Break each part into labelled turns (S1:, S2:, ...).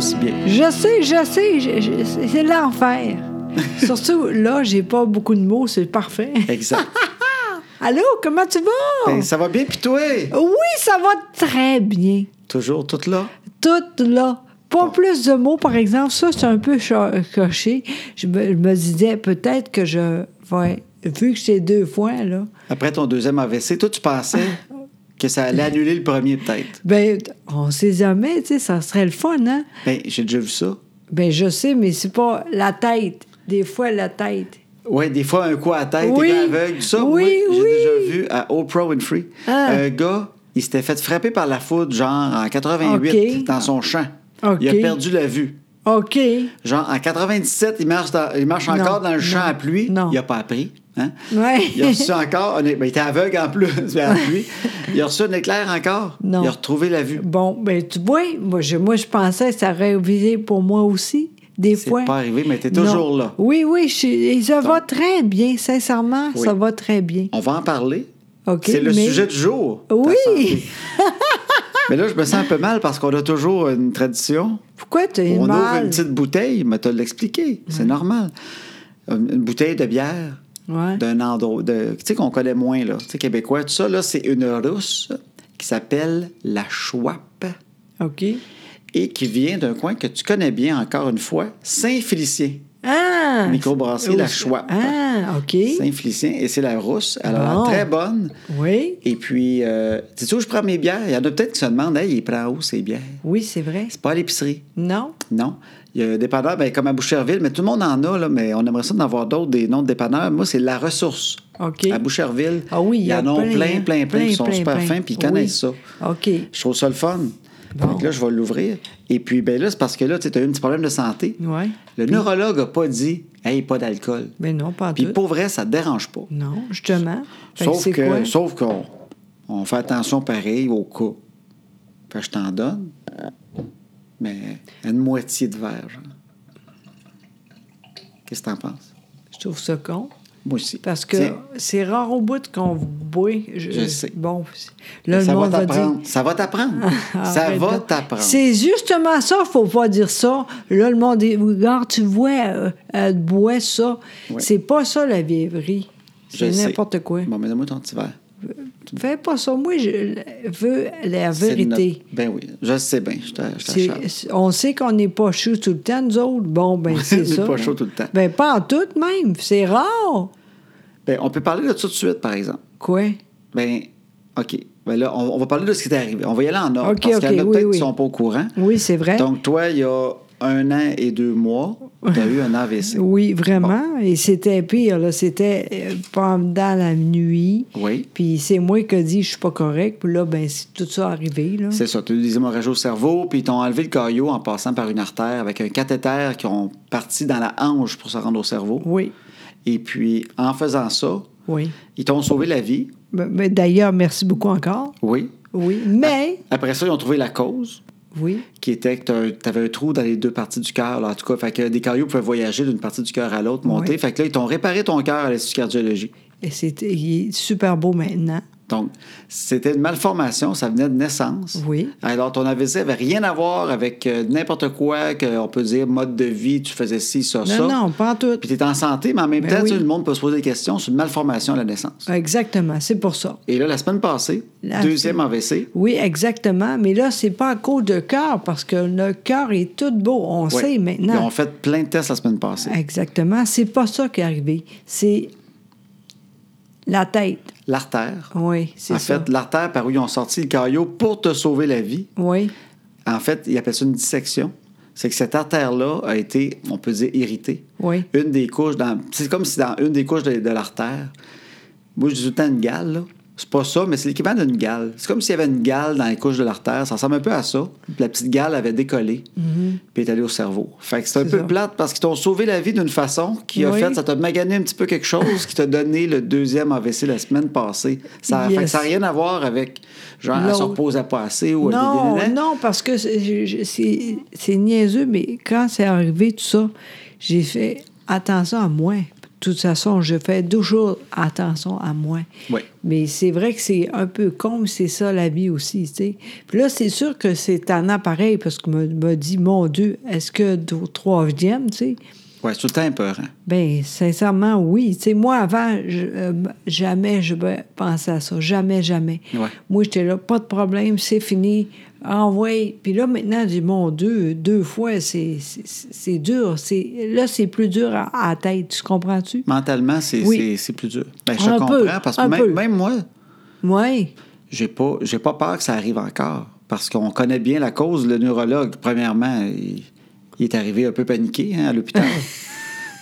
S1: si bien.
S2: Oh. Je sais, je sais, je- je- c'est- c'est l'enfer. Surtout, là, j'ai pas beaucoup de mots, c'est parfait.
S1: Exact.
S2: Allô, comment tu vas?
S1: Ben, ça va bien, puis toi?
S2: Oui, ça va très bien.
S1: Toujours tout là?
S2: Tout là. Pas plus de mots, par exemple. Ça, c'est un peu cho- coché. Je me, je me disais, peut-être que je vais... Vu que c'est deux fois, là,
S1: Après ton deuxième AVC, toi, tu pensais que ça allait annuler le premier, peut-être.
S2: ben, on sait jamais, tu sais, ça serait le fun, hein?
S1: Ben, j'ai déjà vu ça.
S2: Ben, je sais, mais c'est pas la tête. Des fois, la tête.
S1: Ouais, des fois, un coup à la tête,
S2: Oui.
S1: t'es aveugle, tout ça.
S2: Oui,
S1: J'ai
S2: oui.
S1: déjà vu à Oprah Winfrey,
S2: Ah.
S1: un gars, il s'était fait frapper par la foudre, genre, en 88,
S2: Ok.
S1: dans son champ.
S2: Ok.
S1: Il a perdu la vue.
S2: OK.
S1: Genre, en 97, il marche, dans- il marche
S2: Non,
S1: encore dans le champ
S2: non,
S1: à pluie.
S2: non.
S1: Il n'a pas appris. Hein?
S2: Ouais.
S1: Il a reçu encore. un é- ben, il était aveugle en plus, mais à la pluie. Il a reçu un éclair encore.
S2: Non.
S1: Il a retrouvé la vue.
S2: Bon, ben tu vois, moi je, moi, je pensais que ça aurait visé pour moi aussi, des
S1: C'est
S2: fois.
S1: pas arrivé, mais t'es
S2: Non.
S1: toujours là.
S2: Oui, oui, je, suis- et ça va très bien, sincèrement,
S1: Oui.
S2: ça va très bien.
S1: On va en parler.
S2: OK,
S1: C'est le
S2: mais-
S1: sujet du jour. ta
S2: Oui.
S1: santé. mais là, je me sens un peu mal parce qu'on a toujours une tradition.
S2: Pourquoi tu es
S1: On ouvre
S2: mal?
S1: une petite bouteille, mais tu l'expliqué. C'est normal. Une une bouteille de bière
S2: Ouais.
S1: d'un endroit, de- tu sais, qu'on connaît moins, là. Tu sais, québécois, tout ça, là, c'est une rousse qui s'appelle la Chouape
S2: OK.
S1: et qui vient d'un coin que tu connais bien, encore une fois, Saint-Félicien.
S2: Ah!
S1: Microbrasserie La
S2: Oh,
S1: Chouape.
S2: Ah, OK.
S1: Saint-Félicien, et c'est la rousse. Elle a l'air
S2: Bon.
S1: très bonne.
S2: Oui,
S1: Et puis, euh, tu sais où je prends mes bières? Il y en a peut-être qui se demandent, hey, il prend où ces bières?
S2: oui, c'est vrai.
S1: C'est pas à l'épicerie.
S2: Non?
S1: Non. Il y a un dépanneur, ben, comme à Boucherville, mais tout le monde en a, là, mais on aimerait ça en avoir d'autres, des noms de dépanneurs. Moi, c'est La Ressource.
S2: OK.
S1: À Boucherville.
S2: Ah oui, il y
S1: ils
S2: a
S1: en ont
S2: plein,
S1: plein, plein,
S2: hein.
S1: plein,
S2: Plein,
S1: qui sont
S2: plein,
S1: super
S2: plein.
S1: fins, puis ils connaissent
S2: Oui.
S1: ça.
S2: OK.
S1: Je trouve ça le fun.
S2: Bon.
S1: Fait que là, je vais l'ouvrir. Et puis, ben là, c'est parce que là, tu as eu un petit problème de santé.
S2: Ouais.
S1: Le neurologue n'a pas dit, hey, pas d'alcool.
S2: Mais non, pas en
S1: Puis
S2: tout.
S1: pour vrai, ça ne dérange pas.
S2: Non, justement. Fait que
S1: Sauf
S2: c'est
S1: que,
S2: Ben, quoi?
S1: sauf qu'on on fait attention pareil au cas. Fait que je t'en donne, mais une moitié de verre. genre. Qu'est-ce que t'en penses?
S2: Je trouve ça con.
S1: Moi aussi.
S2: Parce que
S1: Tiens,
S2: c'est rare au bout qu'on boit. Je,
S1: Je sais.
S2: Bon, là,
S1: ça
S2: le
S1: va
S2: monde va dire. Ah,
S1: t'apprendre. Ça va t'apprendre. ça
S2: Arrête
S1: va
S2: donc.
S1: t'apprendre.
S2: C'est justement ça, faut pas dire ça. Là, le monde dit, regarde, tu vois, euh, elle boit ça.
S1: Ouais.
S2: C'est pas ça, la vieillerie.
S1: Je
S2: C'est
S1: sais.
S2: n'importe quoi.
S1: Bon, mais donne-moi ton petit verre.
S2: Fais pas ça. Moi, je veux la
S1: C'est de
S2: vérité.
S1: notre- Ben oui, je sais bien. Je t'a- je t'achète.
S2: C'est- c'est- on sait qu'on n'est pas chaud tout le temps, nous autres. Bon, ben,
S1: On
S2: c'est
S1: n'est
S2: ça.
S1: pas chaud tout le temps.
S2: Ben, pas en tout, même. C'est rare.
S1: Ben, on peut parler de ça tout de suite, par exemple.
S2: Quoi?
S1: Ben, OK. Ben là, on, on va parler de ce qui t'est arrivé. On va y aller en ordre.
S2: OK,
S1: parce qu'il y en a
S2: OK, oui,
S1: peut-être
S2: oui.
S1: qui sont pas au courant.
S2: Oui, c'est vrai.
S1: Donc, toi, il y a un an et deux mois, tu as eu un AVC.
S2: Oui, vraiment. Et c'était pire, là. C'était euh, pendant la nuit.
S1: Oui.
S2: Puis c'est moi qui ai dit je suis pas correct. Puis là, ben, c'est tout ça arrivé, là.
S1: C'est ça, tu as eu des hémorragies au cerveau, puis ils t'ont enlevé le caillot en passant par une artère avec un cathéter qui ont parti dans la hanche pour se rendre au cerveau.
S2: Oui,
S1: Et puis, en faisant ça,
S2: oui.
S1: ils t'ont sauvé la vie.
S2: Ben, ben, D'ailleurs, merci beaucoup encore.
S1: Oui.
S2: Oui.
S1: Ah.
S2: Mais,
S1: Après ça, ils ont trouvé la cause,
S2: oui,
S1: qui était que tu avais un trou dans les deux parties du cœur. là, En tout cas, fait que des caillots pouvaient voyager d'une partie du cœur à l'autre, monter. Fait que là, ils t'ont réparé ton cœur à l'Institut de cardiologie.
S2: et c'était il est super beau maintenant.
S1: Donc, c'était une malformation, ça venait de naissance.
S2: Oui.
S1: Alors, ton AVC avait rien à voir avec euh, n'importe quoi, qu'on peut dire mode de vie, tu faisais ci, ça, ça.
S2: Non, non, pas en tout.
S1: Puis tu es en santé, mais en même
S2: Ben
S1: temps, tu sais,
S2: oui.
S1: le monde peut se poser des questions sur une malformation à la naissance.
S2: Exactement, c'est pour ça.
S1: Et là, la semaine passée,
S2: La-
S1: deuxième AVC,
S2: Oui, exactement. Mais là, c'est pas à cause de cœur, parce que le cœur est tout beau. On
S1: ouais,
S2: sait
S1: Ils
S2: maintenant.
S1: ont fait plein de tests la semaine passée.
S2: Exactement. C'est pas ça qui est arrivé. C'est la tête.
S1: L'artère.
S2: Oui, c'est
S1: En
S2: ça.
S1: fait, l'artère par où ils ont sorti le caillot pour te sauver la vie,
S2: Oui.
S1: en fait, ils appellent ça une dissection. C'est que cette artère-là a été, on peut dire, irritée.
S2: Oui.
S1: Une des couches dans. C'est comme si dans une des couches de, de l'artère. Moi, je dis tout le temps une gale, là. C'est pas ça, mais c'est l'équivalent d'une gale. C'est comme s'il y avait une gale dans les couches de l'artère. Ça ressemble un peu à ça. Puis La petite gale avait décollé, puis est allée au cerveau. Fait que c'est un
S2: Mm-hmm. C'est
S1: peu
S2: ça.
S1: plate parce qu'ils t'ont sauvé la vie d'une façon qui a
S2: Oui.
S1: fait, ça t'a magané un petit peu quelque chose qui t'a donné le deuxième AVC la semaine passée. Ça fait que
S2: Yes.
S1: ça n'a rien à voir avec, genre, elle se
S2: L'autre.
S1: repose à pas assez ou
S2: Non,
S1: blablabla.
S2: non, parce que c'est- je- je- c'est c'est niaiseux, mais quand c'est arrivé tout ça, j'ai fait attention à moi. De toute façon, je fais toujours attention à moi.
S1: Oui.
S2: Mais c'est vrai que c'est un peu con, mais c'est ça la vie aussi, tu sais. Puis là, c'est sûr que c'est tannant pareil, parce qu'on me, me dit, mon Dieu, est-ce que au troisième, tu sais?
S1: Ouais, c'est tout le temps peur. hein.
S2: Ben, sincèrement, oui. Tu sais, moi, avant, je- euh, jamais je ben, pensais à ça. Jamais, jamais.
S1: Ouais.
S2: Moi, j'étais là, pas de problème, c'est fini. Envoie. Puis là, maintenant, je dis, mon Dieu, deux fois, c'est c'est- c'est dur. C'est- Là, c'est plus dur à, à la tête. Tu comprends-tu?
S1: Mentalement, c'est
S2: Oui.
S1: c'est- c'est plus dur. Ben, je te
S2: Un
S1: comprends,
S2: peu,
S1: parce que
S2: un peu.
S1: même, même moi,
S2: Oui.
S1: j'ai pas, j'ai pas peur que ça arrive encore. Parce qu'on connaît bien la cause. Le neurologue, premièrement, il, il est arrivé un peu paniqué hein, à l'hôpital.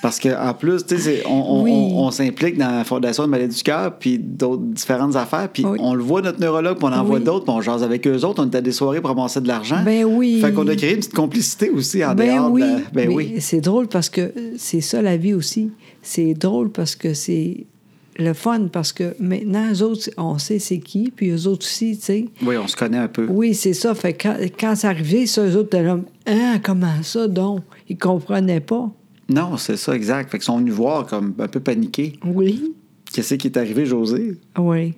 S1: Parce qu'en plus, tu sais, c'est- on, on-
S2: Oui.
S1: on- on s'implique dans la Fondation de maladie du cœur, puis d'autres différentes affaires, puis
S2: Oui.
S1: on le voit, notre neurologue, puis on en voit
S2: Oui.
S1: d'autres, puis on jase avec eux autres, on est à des soirées pour ramasser de l'argent.
S2: Ben oui.
S1: Fait qu'on a créé une petite complicité aussi en dehors
S2: Ben oui.
S1: de la... Ben
S2: mais
S1: oui.
S2: C'est drôle parce que euh, c'est ça la vie aussi. C'est drôle parce que c'est le fun parce que maintenant, eux autres, on sait c'est qui, puis eux autres aussi, tu sais.
S1: Oui, on se connaît un peu.
S2: Oui, c'est ça. Fait que quand, quand c'est arrivé, ça, eux autres étaient là, Hein, comment ça donc? Ils comprenaient pas.
S1: Non, c'est ça, exact. Fait qu'ils sont venus voir comme un peu paniqués.
S2: Oui.
S1: Qu'est-ce qui est arrivé, José?
S2: Oui.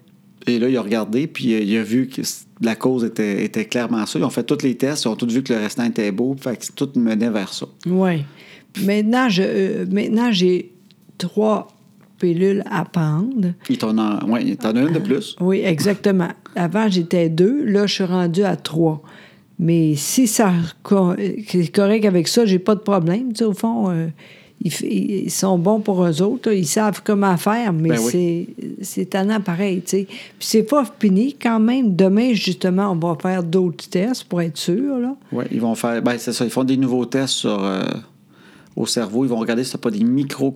S1: Et là, il a regardé, puis euh, il a vu que c- la cause était, était clairement ça. Ils ont fait tous les tests, ils ont tous vu que le restant était beau, fait que tout menait vers ça.
S2: Oui. Maintenant, je, euh, maintenant, j'ai trois pilules à pendre.
S1: Il t'en a, ouais, il t'en a une de plus.
S2: Oui, exactement. Avant, j'étais deux. Là, je suis rendue à trois. Mais si ça co- c'est correct avec ça, j'ai pas de problème. Tu sais, au fond, euh, ils, f- ils sont bons pour eux autres. là. Ils savent comment faire, mais
S1: Ben
S2: c'est c'est tannant pareil. tu sais. Puis c'est pas fini quand même. Demain, justement, on va faire d'autres tests pour être sûr. Là.
S1: Ouais, ils vont faire. Ben, c'est ça, ils font des nouveaux tests sur, euh, au cerveau. Ils vont regarder si t'as pas des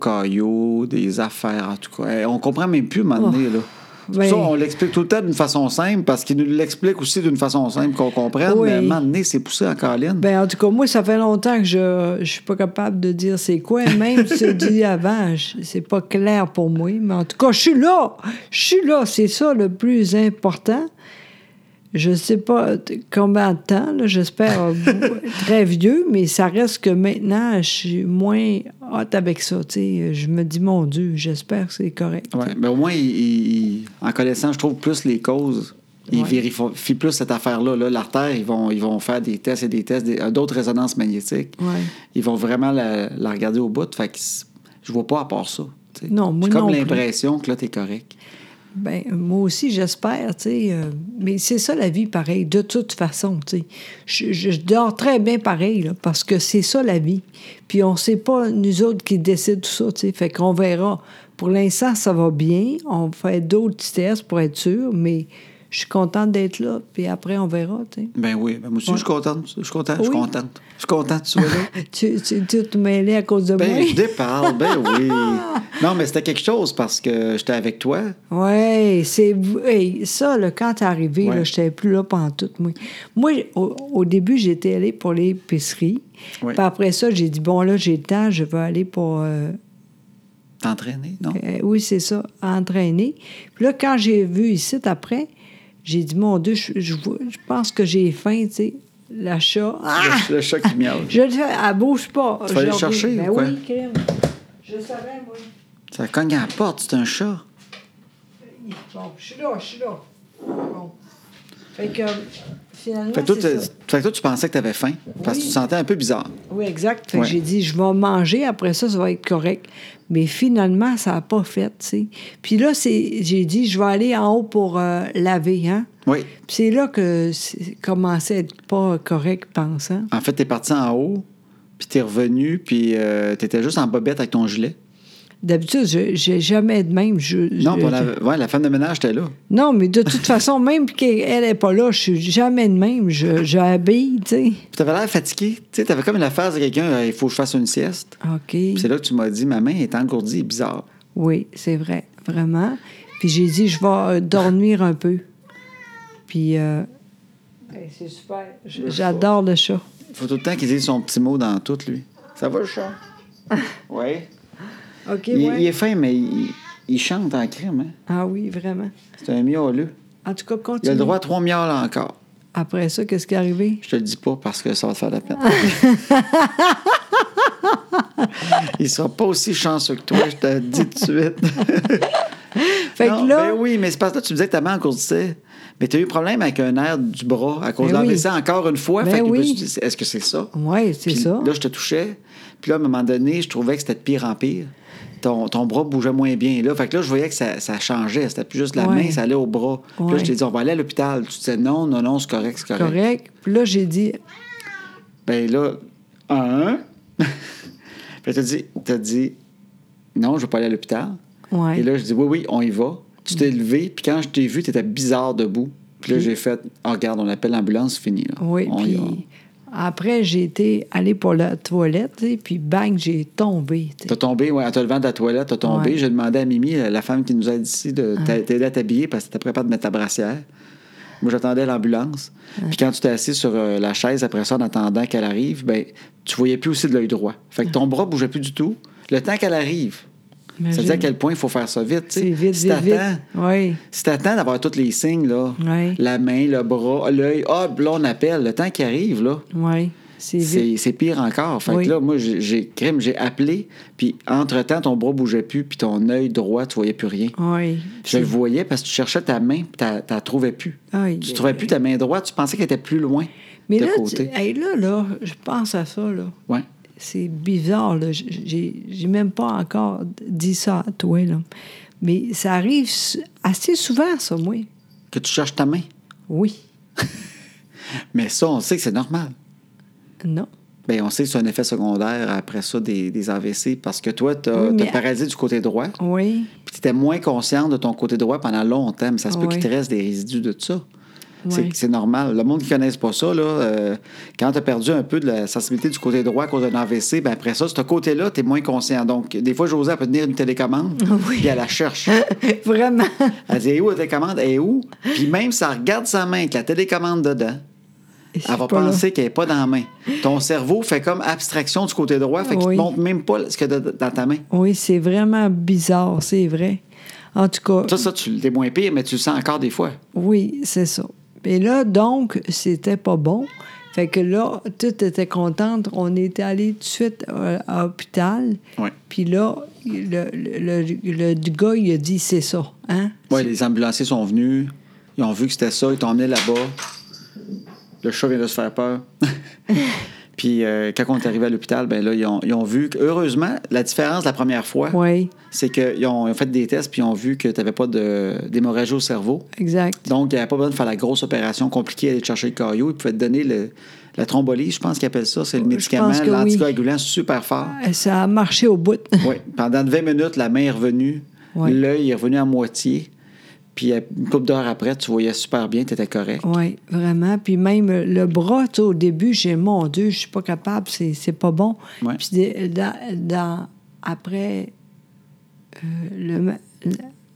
S1: micro-caillots, des affaires, en tout cas. Eh, on comprend même plus, maintenant, là. C'est pour
S2: ben-
S1: Ça, on l'explique tout le temps d'une façon simple, parce qu'ils nous l'expliquent aussi d'une façon simple qu'on comprenne,
S2: Oui.
S1: mais à un moment donné, c'est poussé en colline.
S2: Ben, en tout cas, moi, ça fait longtemps que je je suis pas capable de dire c'est quoi. Même si tu dis avant, je- c'est pas clair pour moi. Mais en tout cas, je suis là. Je suis là. C'est ça le plus important. Je sais pas t- combien de temps, là, j'espère euh, très vieux, mais ça reste que maintenant, je suis moins hot avec ça. tu sais. Je me dis, mon Dieu, j'espère que c'est correct.
S1: Ouais, mais Ben, au moins, il- il- il- en connaissant, je trouve, plus les causes, ils
S2: Ouais.
S1: vérifient plus cette affaire-là. là. L'artère, ils vont, ils vont faire des tests et des tests, des- euh, d'autres résonances magnétiques.
S2: Ouais.
S1: Ils vont vraiment la, la regarder au bout. Fait que c- je vois pas à part ça. tu sais.
S2: Non, moi
S1: J'ai comme
S2: non plus.
S1: l'impression que là, t'es correct.
S2: Ben, moi aussi, j'espère, tu sais. euh, mais c'est ça la vie, pareil, de toute façon, tu sais. Je, je- je dors très bien pareil, là, parce que c'est ça la vie. Puis on sait pas, nous autres, qui décident tout ça, tu sais. Fait qu'on verra. Pour l'instant, ça va bien. On fait d'autres tests pour être sûr, mais je suis contente d'être là. Puis après, on verra, tu sais.
S1: Ben oui, ben moi aussi, je suis contente. Je suis contente. Je suis
S2: Oui.
S1: contente. Je suis contente que tu sois là.
S2: Tu, tu, tu te mêlais à cause de
S1: Ben,
S2: moi?
S1: je déparle, ben oui. Non, mais c'était quelque chose parce que j'étais avec toi.
S2: Oui, c'est hey, ça, là, quand t'es arrivé,
S1: Ouais.
S2: là, j'étais plus là pendant tout. Moi, moi au, au début, j'étais allée pour l'épicerie.
S1: Ouais.
S2: Puis après ça, j'ai dit, bon, là, j'ai le temps, je vais aller pour... euh,
S1: T'entraîner, non?
S2: euh, oui, c'est ça, entraîner. Puis là, quand j'ai vu ici, après, j'ai dit, mon Dieu, je, je vois- je pense que j'ai faim, tu sais, l'achat. Ah!
S1: Le, le chat qui miaule.
S2: Je le fais, elle bouge pas.
S1: Tu vas aller
S2: Je
S1: le chercher
S2: reviens.
S1: ou
S2: Ben
S1: quoi?
S2: oui, crème. Je savais, moi.
S1: Ça cogne à la porte, c'est un chat.
S2: Bon, je suis là, je suis là. Bon. Fait que, euh, finalement,
S1: Fait que, toi,
S2: c'est
S1: t'as-
S2: ça.
S1: fait que toi, tu pensais que tu avais faim parce que
S2: Oui.
S1: tu te sentais un peu bizarre.
S2: Oui, exact. Fait
S1: Ouais.
S2: que j'ai dit, je vais manger, après ça, ça va être correct. Mais finalement, ça n'a pas fait, tu sais. Puis là, c'est, j'ai dit, je vais aller en haut pour euh, laver, hein.
S1: Oui.
S2: Puis c'est là que c'est commençait à être pas correct, hein. pensant.
S1: En fait, tu es parti en haut, puis tu es revenu, puis tu étais juste en bobette avec ton gilet.
S2: D'habitude, je, j'ai jamais de même. Je,
S1: Non,
S2: je-
S1: puis on avait- ouais, la femme de ménage était là.
S2: non, mais de toute façon, même qu'elle n'est pas là, je suis jamais de même. Je, j'habille, tu sais.
S1: Puis tu avais l'air fatigué. Tu sais, tu avais comme la phase de quelqu'un euh, il faut que je fasse une sieste.
S2: OK.
S1: Puis c'est là que tu m'as dit ma main est engourdie et bizarre.
S2: Oui, c'est vrai, vraiment. Puis j'ai dit, je vais euh, dormir un peu. Puis. euh, c'est super. J'adore le chat.
S1: Il faut tout le temps qu'il dise son petit mot dans tout, lui. Ça va, le chat? oui.
S2: OK,
S1: Il,
S2: ouais.
S1: il est fin, mais il, il chante en crime. Hein?
S2: Ah oui, vraiment.
S1: C'est un miauleux.
S2: En tout cas, continue.
S1: Il a le droit à trois miaules encore.
S2: Après ça, qu'est-ce qui est arrivé?
S1: Je te le dis pas parce que ça va te faire de la peine. Ils ne sont pas aussi chanceux que toi, je te le dis tout de suite.
S2: Fait
S1: Non,
S2: que là,
S1: ben oui, mais c'est parce que là, tu me disais que tu avais un courtisé. Mais tu as eu problème avec un nerf du bras à cause
S2: Ben
S1: de
S2: oui.
S1: l'AVC encore une fois.
S2: Ben
S1: fait que je me
S2: oui.
S1: suis dit, est-ce que c'est ça?
S2: ouais, c'est
S1: Puis
S2: ça.
S1: Là, je te touchais. Puis là, à un moment donné, je trouvais que c'était de pire en pire. Ton, ton bras bougeait moins bien. Là. Fait que là, je voyais que ça, ça changeait. C'était plus juste la
S2: Ouais.
S1: main, ça allait au bras. Puis là,
S2: Ouais.
S1: je t'ai dit, on va aller à l'hôpital. Tu disais, non, non, non, c'est correct, c'est correct.
S2: correct. Puis là, j'ai dit,
S1: Ben là, un. Puis là, t'as dit, t'as dit, non, je veux pas aller à l'hôpital.
S2: ouais. Mm.
S1: Et là, je dis, oui, oui, on y va. Tu t'es levé, puis quand je t'ai vu, t'étais bizarre debout. Puis là, j'ai fait, Ah, regarde, on appelle l'ambulance, fini. Là.
S2: Oui,
S1: On y
S2: puis
S1: va.
S2: après, j'ai été allée pour la toilette, tu sais, puis bang, j'ai tombé. tu sais.
S1: T'as tombé, ouais, en te levant de la toilette, t'as tombé.
S2: Ouais. Ah.
S1: J'ai demandé à Mimi, euh, la la femme qui nous aide ici, de t'a- t'aider à t'habiller parce que t'étais prêt à te mettre ta brassière. Moi, j'attendais l'ambulance. Puis quand tu t'es assis sur euh, la chaise après ça, en attendant qu'elle arrive, ben tu voyais plus aussi de l'œil droit. Fait que ton bras bougeait plus du tout. Le temps qu'elle arrive, ça
S2: Imagine.
S1: veut dire à quel point il faut faire ça vite. tu sais.
S2: C'est vite,
S1: si
S2: vite, vite.
S1: t'attends,
S2: Oui,
S1: Si t'attends d'avoir tous les signes, là,
S2: Ouais.
S1: la main, le bras, l'œil, hop, là, on appelle. Le temps qui arrive, là,
S2: oui, c'est vite.
S1: c'est c'est pire encore. Fait
S2: Oui.
S1: que là, moi, j'ai- j'ai crime, j'ai appelé, puis entre-temps, ton bras bougeait plus, puis ton œil droit, tu voyais plus rien.
S2: Oui.
S1: Je le voyais parce que tu cherchais ta main, puis tu la trouvais plus.
S2: Aïe,
S1: Tu trouvais plus ta main droite, tu pensais qu'elle était plus loin
S2: Mais
S1: de
S2: là,
S1: côté.
S2: tu- hey, là, là, je pense à ça, là.
S1: Ouais.
S2: C'est bizarre, là. J- J'ai j'ai même pas encore dit ça à toi, là. Mais ça arrive su- assez souvent, ça, moi.
S1: Que tu cherches ta main.
S2: Oui.
S1: Mais ça, on sait que c'est normal.
S2: Non.
S1: Bien, on sait que c'est un effet secondaire après ça des, des AVC parce que toi, tu
S2: Oui, mais-
S1: paralysé du côté droit, puis
S2: Oui.
S1: tu étais moins consciente de ton côté droit pendant longtemps, mais ça se peut
S2: Ouais.
S1: qu'il te reste des résidus de ça.
S2: Ouais.
S1: C'est c'est normal. Le monde qui ne connaisse pas ça, là, euh, quand tu as perdu un peu de la sensibilité du côté droit à cause d'un AVC, ben après ça, ce côté-là, tu es moins conscient. Donc, des fois, Josée, elle peut tenir une télécommande,
S2: Oui.
S1: puis elle la cherche.
S2: Vraiment.
S1: Elle dit, Eh où la télécommande? Elle est où? Puis même si elle regarde sa main avec la télécommande dedans,
S2: C'est
S1: elle va
S2: pas là.
S1: penser qu'elle n'est pas dans la main. Ton cerveau fait comme abstraction du côté droit, fait qu'il
S2: Oui.
S1: ne te montre même pas ce que dans ta main.
S2: Oui, c'est vraiment bizarre, c'est vrai. En tout cas,
S1: Ça, ça, tu es moins pire, mais tu le sens encore des fois.
S2: oui, c'est ça. Et là, donc, c'était pas bon. Fait que là, tout était contente. On était allé tout de suite euh, à l'hôpital.
S1: Oui.
S2: Puis là, le, le- le- le gars, il a dit c'est ça. Hein?
S1: Oui, les ambulanciers sont venus. Ils ont vu que c'était ça. Ils t'ont emmené là-bas. Le chat vient de se faire peur. Puis euh, quand on est arrivé à l'hôpital, ben là, ils ont, ils ont vu que, heureusement, la différence la première fois,
S2: Oui,
S1: c'est qu'ils ont, ils ont fait des tests puis ils ont vu que tu n'avais pas de- d'hémorragie au cerveau.
S2: exact.
S1: Donc, il n'y avait pas besoin de faire la grosse opération compliquée, aller te chercher le caillot. Ils pouvaient te donner le- la thrombolyse, je pense qu'ils appellent ça. C'est le
S2: Je
S1: médicament,
S2: pense que oui.
S1: l'anticoagulant super fort.
S2: Ça a marché au bout.
S1: Oui, pendant 20 minutes, la main est revenue,
S2: Ouais.
S1: l'œil est revenu à moitié. Puis euh, une couple d'heures après, tu voyais super bien, tu étais correct.
S2: Oui, vraiment. Puis même le bras, tu sais, au début, j'ai mon Dieu, je suis pas capable, c'est, c'est pas bon.
S1: Ouais.
S2: Puis des- dans, dans- après, euh, le, ma- le-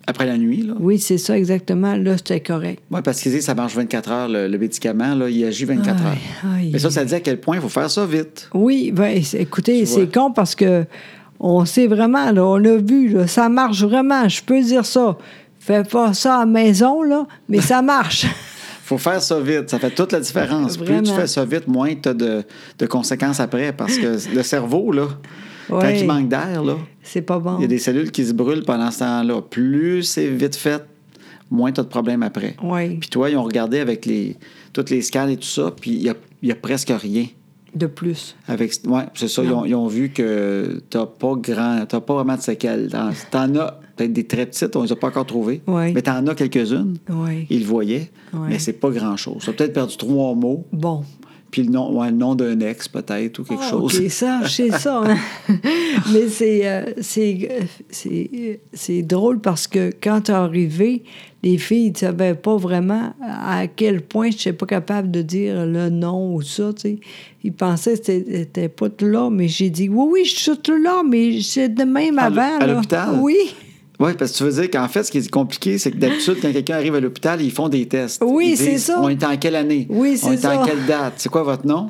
S1: Après la nuit, là.
S2: oui, c'est ça exactement, là, c'était correct.
S1: Oui, parce qu'ils disent que ça marche 24 heures, le, le médicament, là, il agit 24
S2: Aïe,
S1: heures.
S2: aïe.
S1: Mais ça, ça dit à quel point il faut faire ça vite.
S2: Oui, ben, c'est- écoutez,
S1: Tu vois.
S2: c'est con parce que on sait vraiment, là, on l'a vu, là, ça marche vraiment, je peux dire ça. Fais pas ça à la maison, là, mais ça marche.
S1: faut faire ça vite. Ça fait toute la différence. Plus tu
S2: Vraiment.
S1: fais ça vite, moins tu as de, de conséquences après. Parce que le cerveau, là, quand
S2: Ouais.
S1: il manque d'air, là,
S2: c'est pas bon.
S1: il y a des cellules qui se brûlent pendant ce temps-là. Plus c'est vite fait, moins tu as de problèmes après.
S2: Oui,
S1: Puis toi, ils ont regardé avec les, toutes les scans et tout ça, puis il n'y a, il y a presque rien.
S2: de plus.
S1: Avec, ouais, c'est ça, ils ont, ils ont vu que t'as pas grand, t'as pas vraiment de séquelles. T'en, t'en as peut-être des très petites, on les a pas encore trouvées,
S2: Ouais.
S1: mais t'en as quelques-unes.
S2: Oui.
S1: Ils le voyaient,
S2: Ouais.
S1: mais c'est pas grand-chose. T'as peut-être perdu trois mots,
S2: Bon.
S1: puis le nom, ouais, le nom d'un ex peut-être ou quelque
S2: Ah,
S1: chose.
S2: OK, ça, c'est ça. hein. Mais c'est, euh, c'est, euh, c'est, euh, c'est drôle parce que quand tu es arrivé, les filles ne savaient pas vraiment à quel point je n'étais pas capable de dire le nom ou ça. tu sais. Ils pensaient que c'était pas tout là, mais j'ai dit oui, oui, je suis tout là, mais c'est de même
S1: À l'hô-
S2: avant.
S1: à
S2: là.
S1: l'hôpital?
S2: Oui.
S1: Oui, parce que tu veux dire qu'en fait, ce qui est compliqué, c'est que d'habitude, quand quelqu'un arrive à l'hôpital, ils font des tests.
S2: Oui,
S1: Ils
S2: c'est
S1: disent,
S2: ça.
S1: On est en quelle année?
S2: Oui,
S1: On
S2: c'est
S1: est
S2: ça.
S1: en quelle date? C'est quoi votre nom?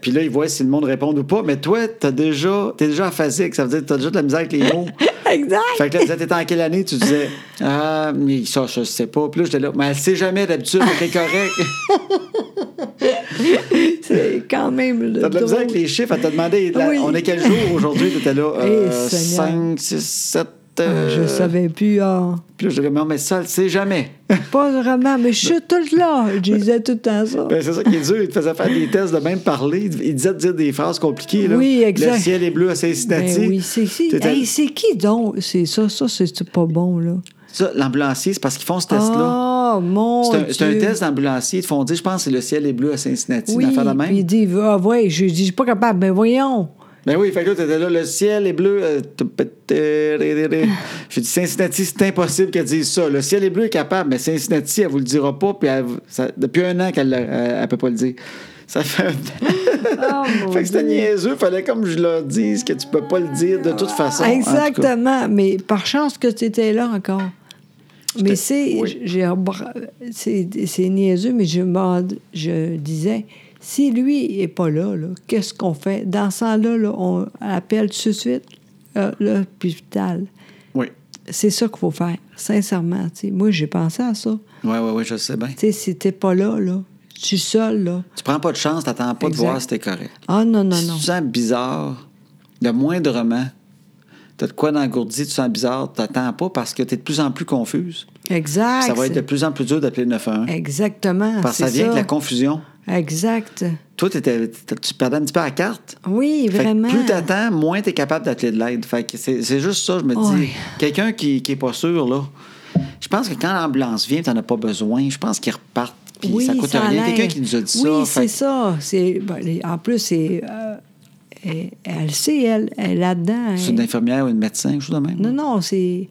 S1: Puis là, ils voient si le monde répond ou pas. Mais toi, t'as déjà, t'es déjà aphasique. Ça veut dire que t'as déjà de la misère avec les mots.
S2: Exact.
S1: Fait que là, tu disais, t'étais en quelle année? Tu disais, ah, mais ça, je sais pas. Puis là, j'étais là, mais elle sait jamais d'habitude, t'es correct.
S2: c'est quand même le
S1: T'as de la
S2: drôle.
S1: misère avec les chiffres. Elle t'a demandé, la-
S2: Oui.
S1: on est quel jour aujourd'hui? T'étais là,
S2: Eh,
S1: euh,
S2: Seigneur.
S1: 5, 6, 7...
S2: Ah, Je savais plus. ah.
S1: euh, Puis là, je disais, mais, mais ça, c'est jamais.
S2: Pas vraiment, mais je suis tout là. Je disais tout le temps ça.
S1: Ben, c'est ça qui est dur. Il te faisait faire des tests de même parler. Il il disait de dire des phrases compliquées. Là.
S2: Oui, exact.
S1: Le ciel est bleu à Cincinnati.
S2: Ben oui, c'est si.
S1: T'étais-
S2: Hey, c'est qui donc? C'est ça, ça, c'est pas bon, là.
S1: Ça, l'ambulancier, c'est parce qu'ils font ce test-là.
S2: Ah, mon
S1: c'est, un, c'est un
S2: Dieu.
S1: test d'ambulancier. Ils te font dire, je pense que c'est le ciel est bleu à Cincinnati.
S2: Oui,
S1: une affaire de même.
S2: puis il dit, ah ouais, je dis, je suis pas capable, mais voyons.
S1: Ben oui, fait que là, t'étais là, le ciel est bleu. euh, t- p- t- ré- ré- ré. J'ai dit, Cincinnati, c'est impossible qu'elle dise ça. Le ciel est bleu est capable, mais Cincinnati, elle vous le dira pas. Puis elle- ça- depuis un an qu'elle l'a- elle, elle peut pas le dire. Ça fait.
S2: Ah, mon
S1: fait que c'était
S2: Dieu.
S1: niaiseux. Fallait comme je leur dise que tu peux pas le dire de toute façon. en tout cas.
S2: Exactement, mais par chance que tu étais là encore. Mais c'est,
S1: oui.
S2: j'ai embra- c'est, c'est niaiseux, mais je, m'en- je disais, si lui est pas là, là, qu'est-ce qu'on fait? Dans ce temps-là, là, on appelle tout de suite euh, l'hôpital.
S1: Oui.
S2: C'est ça qu'il faut faire, sincèrement. tu sais. Moi, j'ai pensé à ça.
S1: Oui, oui, oui, je sais bien.
S2: Tu sais, si t'es pas là, là, je suis seul, là.
S1: Tu prends pas de chance, t'attends pas
S2: Exact.
S1: de voir si t'es correct.
S2: Ah non, non,
S1: si
S2: non.
S1: tu sens bizarre, le moindrement, t'as de quoi d'engourdi, tu sens bizarre, t'attends pas parce que t'es de plus en plus confuse.
S2: Exact.
S1: Ça va être de plus en plus dur d'appeler le 911.
S2: Exactement.
S1: parce que ça
S2: c'est
S1: vient avec la confusion.
S2: Exact.
S1: Toi, t'étais- t- tu perdais un petit peu la carte.
S2: Oui,
S1: Fait que
S2: vraiment.
S1: plus t'attends, moins t'es capable d'appeler de l'aide. Fait que c'est c'est juste ça, je me
S2: Ouais.
S1: dis. Quelqu'un qui, qui est pas sûr, là, je pense que quand l'ambulance vient, t'en as pas besoin. Je pense qu'ils repartent, puis ça coûte
S2: a
S1: rien.
S2: l'air.
S1: Quelqu'un qui nous a dit
S2: Oui,
S1: ça. fait
S2: c'est
S1: que-
S2: ça. C'est, ben, les- en plus, c'est, euh, elle, elle sait, elle, elle est là-dedans.
S1: C'est
S2: elle-
S1: une infirmière ou une médecin, quelque chose de même.
S2: Non, non, c'est...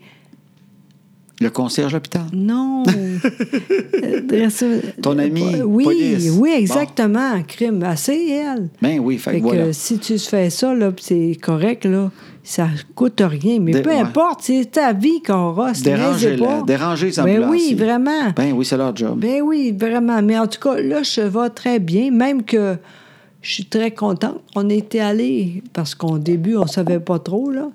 S1: Le concierge à l'hôpital.
S2: Non. Euh, dresse-
S1: Ton ami,
S2: Euh, Oui,
S1: police.
S2: oui,
S1: Bon.
S2: exactement. Crime, elle sait, elle.
S1: Ben oui, fait,
S2: Fait
S1: que
S2: que
S1: voilà.
S2: euh, si tu fais ça, là, pis c'est correct, là, ça coûte rien. Mais
S1: Dé-
S2: peu
S1: ouais.
S2: importe, c'est ta vie qu'on reste.
S1: Dérangez-la, dérangez les
S2: Ben oui,
S1: ambulanciers.
S2: vraiment.
S1: Ben oui, c'est leur job.
S2: Ben oui, vraiment. Mais en tout cas, là, je vais très bien, même que je suis très contente. On était allés, parce qu'au début, on savait pas trop, là.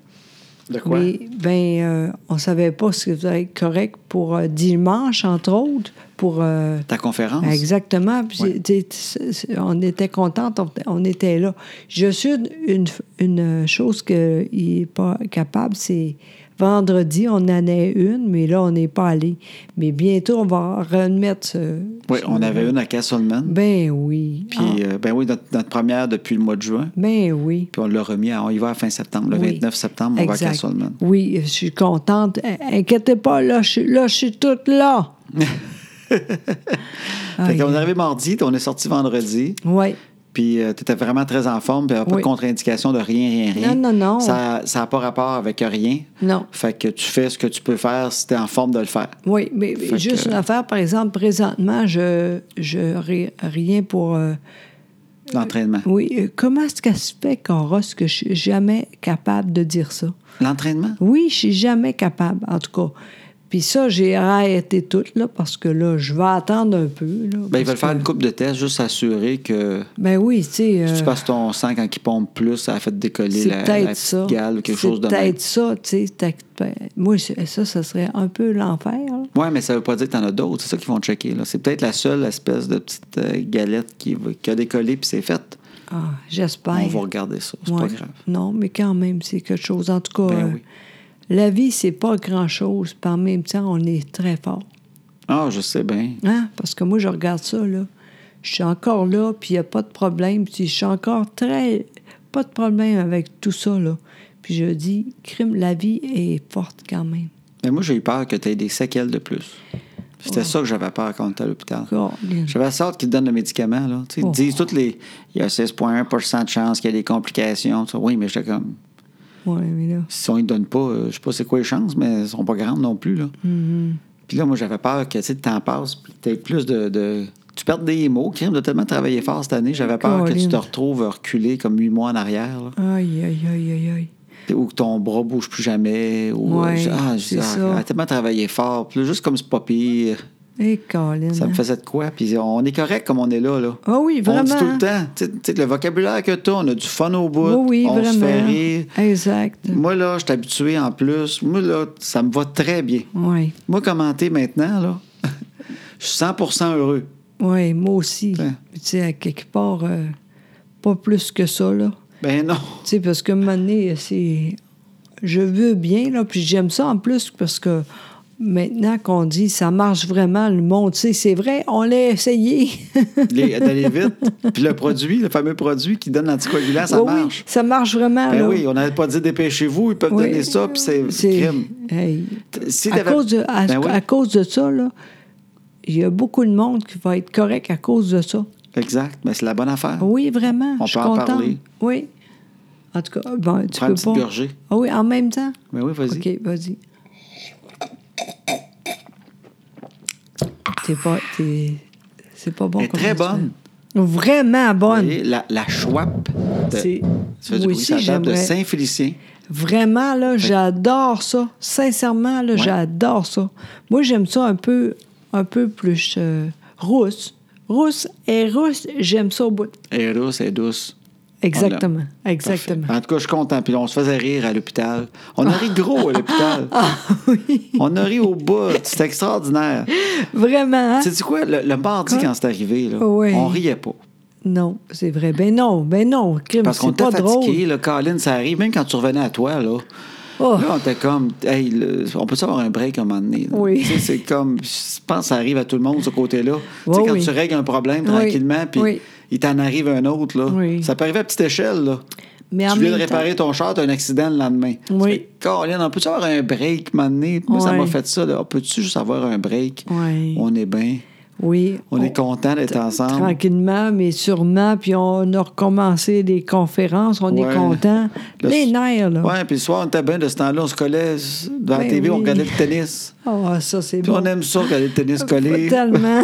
S1: de quoi?
S2: Mais, ben, euh, on savait pas ce qui allait être correct pour euh, dimanche, entre autres, pour... euh,
S1: Ta conférence?
S2: Exactement. Puis
S1: Ouais.
S2: c'est- c'est- c'est- on était contente, on, on était là. Je suis une, une chose qu'il n'est pas capable, c'est vendredi, on en a une, mais là, on n'est pas allé. Mais bientôt, on va remettre ce.
S1: Oui,
S2: ce-
S1: on avait une à Castleman.
S2: Ben oui.
S1: Puis,
S2: Ah,
S1: euh, ben oui, notre, notre première depuis le mois de juin.
S2: ben oui.
S1: Puis on l'a remis, à, on y va à fin septembre, le
S2: Oui.
S1: 29 septembre, on va à
S2: Exact.
S1: Castleman.
S2: Oui, je suis contente. In- Inquiétez pas, là, je suis, là, je suis toute là.
S1: Fait qu'on est arrivé mardi, on est sorti vendredi,
S2: Oui.
S1: puis tu étais vraiment très en forme, puis il n'y avait pas
S2: Oui.
S1: de contre-indication de rien, rien, rien.
S2: Non, non, non.
S1: Ça n'a pas rapport avec rien.
S2: Non.
S1: Fait que tu fais ce que tu peux faire si tu es en forme de le faire.
S2: Oui, mais
S1: Fait
S2: juste
S1: que-
S2: une affaire, par exemple, présentement, je, je ri- rien pour. euh,
S1: L'entraînement.
S2: oui, euh, comment est-ce qu'elle se fait, Cora, ce que je suis jamais capable de dire ça?
S1: L'entraînement?
S2: Oui, je suis jamais capable, en tout cas. Puis ça, j'ai arrêté tout, là, parce que là, je vais attendre un peu. Là,
S1: Ben, ils
S2: parce
S1: veulent faire
S2: que-
S1: une coupe de tests, juste s'assurer que
S2: Ben oui, tu sais.
S1: si tu
S2: euh,
S1: passes ton sang quand il pompe plus, ça a fait décoller
S2: C'est
S1: la, la
S2: peut-être
S1: petite
S2: ça.
S1: gale ou quelque chose de
S2: C'est
S1: même.
S2: peut-être ça, tu sais. t'as- ben, Moi, c'est- ça, ça serait un peu l'enfer. là.
S1: Oui, mais ça veut pas dire que tu en as d'autres. C'est ça qu'ils vont checker. là. C'est peut-être la seule espèce de petite euh, galette qui, va- qui a décollé puis c'est faite.
S2: Ah, j'espère.
S1: On va regarder ça. C'est pas
S2: Ouais.
S1: grave.
S2: Non, mais quand même, c'est quelque chose. En tout cas,
S1: Ben
S2: euh,
S1: oui.
S2: la vie, c'est pas grand-chose. Par même temps, on est très fort.
S1: Ah, je sais bien.
S2: Hein? Parce que moi, je regarde ça, là. Je suis encore là, puis il n'y a pas de problème. Puis je suis encore très... Pas de problème avec tout ça, là. Puis je dis, crime, la vie est forte quand même.
S1: Mais moi, j'ai eu peur que tu aies des séquelles de plus. C'était ça que j'avais peur quand on était à l'hôpital.
S2: Colin.
S1: J'avais sorte qu'ils te donnent le médicament. Là. Tu sais, Ils
S2: Oh.
S1: te disent toutes les. Il y a 6,1 de chance qu'il y ait des complications. Ça. Oui, mais j'étais comme.
S2: Ouais, mais là...
S1: Si on ne donne pas, euh, je sais pas c'est quoi les chances, mais elles sont pas grandes non plus. Là.
S2: Mm-hmm.
S1: Puis là, moi, j'avais peur que tu sais, le temps passe, puis tu plus de, de- Tu perds des mots, crime, de tellement travailler fort cette année. J'avais peur que tu te
S2: Colin.
S1: retrouves reculé comme huit mois en arrière, là.
S2: Aïe, aïe, aïe, aïe, aïe.
S1: ou que ton bras bouge plus jamais. Ou,
S2: Ouais,
S1: je- ah, je-
S2: c'est
S1: ah,
S2: ça.
S1: elle a tellement travaillé fort. Puis là, juste comme c'est pas pire,
S2: Et Colin.
S1: ça me
S2: hein.
S1: faisait de quoi. Puis on est correct comme on est là. là.
S2: Ah oui,
S1: On
S2: vraiment.
S1: dit tout le temps. Tu sais- tu sais, le vocabulaire que tu on a du fun au bout.
S2: Oui, oui,
S1: on se
S2: vraiment.
S1: fait rire.
S2: Exact.
S1: Moi, là, je suis habitué en plus. Moi, là, ça me va très bien.
S2: Oui.
S1: Moi, commenter maintenant, là, je suis 100 heureux.
S2: Oui, moi aussi.
S1: Ouais.
S2: Puis, Tu sais, à quelque part, euh, pas plus que ça, là.
S1: Ben non.
S2: Tu sais, parce que un moment donné, c'est... Je veux bien, là, puis j'aime ça en plus parce que maintenant qu'on dit ça marche vraiment, le monde, tu sais, c'est vrai, on l'a essayé.
S1: Les- D'aller vite. Puis le produit, le fameux produit qui donne l'anticoagulant, Ah, ça
S2: Oui, oui,
S1: marche.
S2: ça marche vraiment,
S1: Ben
S2: là.
S1: oui, on n'avait pas dit dépêchez-vous, ils peuvent
S2: Oui.
S1: donner ça, puis c'est crime.
S2: Hey.
S1: T- si
S2: à,
S1: t'avais-
S2: cause de, à,
S1: Ben oui.
S2: à cause de ça, là, il y a beaucoup de monde qui va être correct à cause de ça.
S1: Exact, mais c'est la bonne affaire.
S2: Oui, vraiment.
S1: On
S2: je suis
S1: peut en
S2: contente.
S1: parler.
S2: Oui. En tout cas, ben, tu
S1: Prends
S2: peux
S1: une petite
S2: pas.
S1: gorgée.
S2: Ah oui, en même temps.
S1: Ben oui, vas-y.
S2: OK, vas-y. T'es pas. t'es- C'est pas bon.
S1: Elle est
S2: comme
S1: très
S2: tu fais.
S1: bonne.
S2: Vraiment bonne.
S1: Et la, la Schwab de,
S2: C'est-
S1: ça fait du
S2: moi
S1: bruit, ça
S2: aussi,
S1: date de
S2: j'aimerais.
S1: Saint-Félicien.
S2: Vraiment, là, j'adore ça. Sincèrement, là, j'adore ça. Moi, j'aime ça un peu, un peu plus euh, rousse. Rousse et rousse, j'aime ça au bout.
S1: Elle est douce, elle est douce.
S2: Exactement.
S1: Parfait.
S2: Exactement. Ah.
S1: En tout cas, je suis content. Puis on se faisait rire à l'hôpital. On a ri gros à l'hôpital. On a ri au bout. C'était extraordinaire.
S2: Vraiment. hein?
S1: Tu sais quoi? Le, le mardi, quand c'est arrivé, là,
S2: Oui.
S1: on riait pas.
S2: Non, c'est vrai. Ben non, ben non. Crime,
S1: Parce qu'on
S2: c'est
S1: était
S2: pas drôle.
S1: fatigué. Là, Colin, ça arrive. Même quand tu revenais à toi, là,
S2: Oh.
S1: là on était comme, hey, le- on peut avoir un break à un moment donné. là?
S2: Oui.
S1: Tu sais, C'est comme, je pense que ça arrive à tout le monde, ce côté-là. tu sais,
S2: Oui,
S1: quand
S2: oui.
S1: tu règles un problème
S2: Oui.
S1: tranquillement, puis
S2: Oui.
S1: il t'en arrive un autre, là.
S2: Oui.
S1: ça peut arriver à petite échelle. Là.
S2: Mais en
S1: tu viens de
S2: même temps-
S1: réparer ton char, tu as un accident le lendemain.
S2: Oui.
S1: Tu fais, Colin, on peut-tu avoir un break un moment donné? Moi, ça
S2: Oui.
S1: m'a fait ça. Là. On peut-tu juste avoir un break?
S2: Oui.
S1: On est bien.
S2: Oui.
S1: On est content d'être ensemble.
S2: Tranquillement, mais sûrement. Puis on a recommencé les conférences. On
S1: Ouais.
S2: est content.
S1: Le-
S2: Les nerfs, là.
S1: Ouais, puis le soir, on était bien de ce temps-là, on se collait s- devant la
S2: Ben
S1: TV, on
S2: oui.
S1: regardait le tennis.
S2: Ah, ça, c'est
S1: Puis
S2: bon.
S1: on aime ça, regarder le tennis collé.
S2: Pas tellement.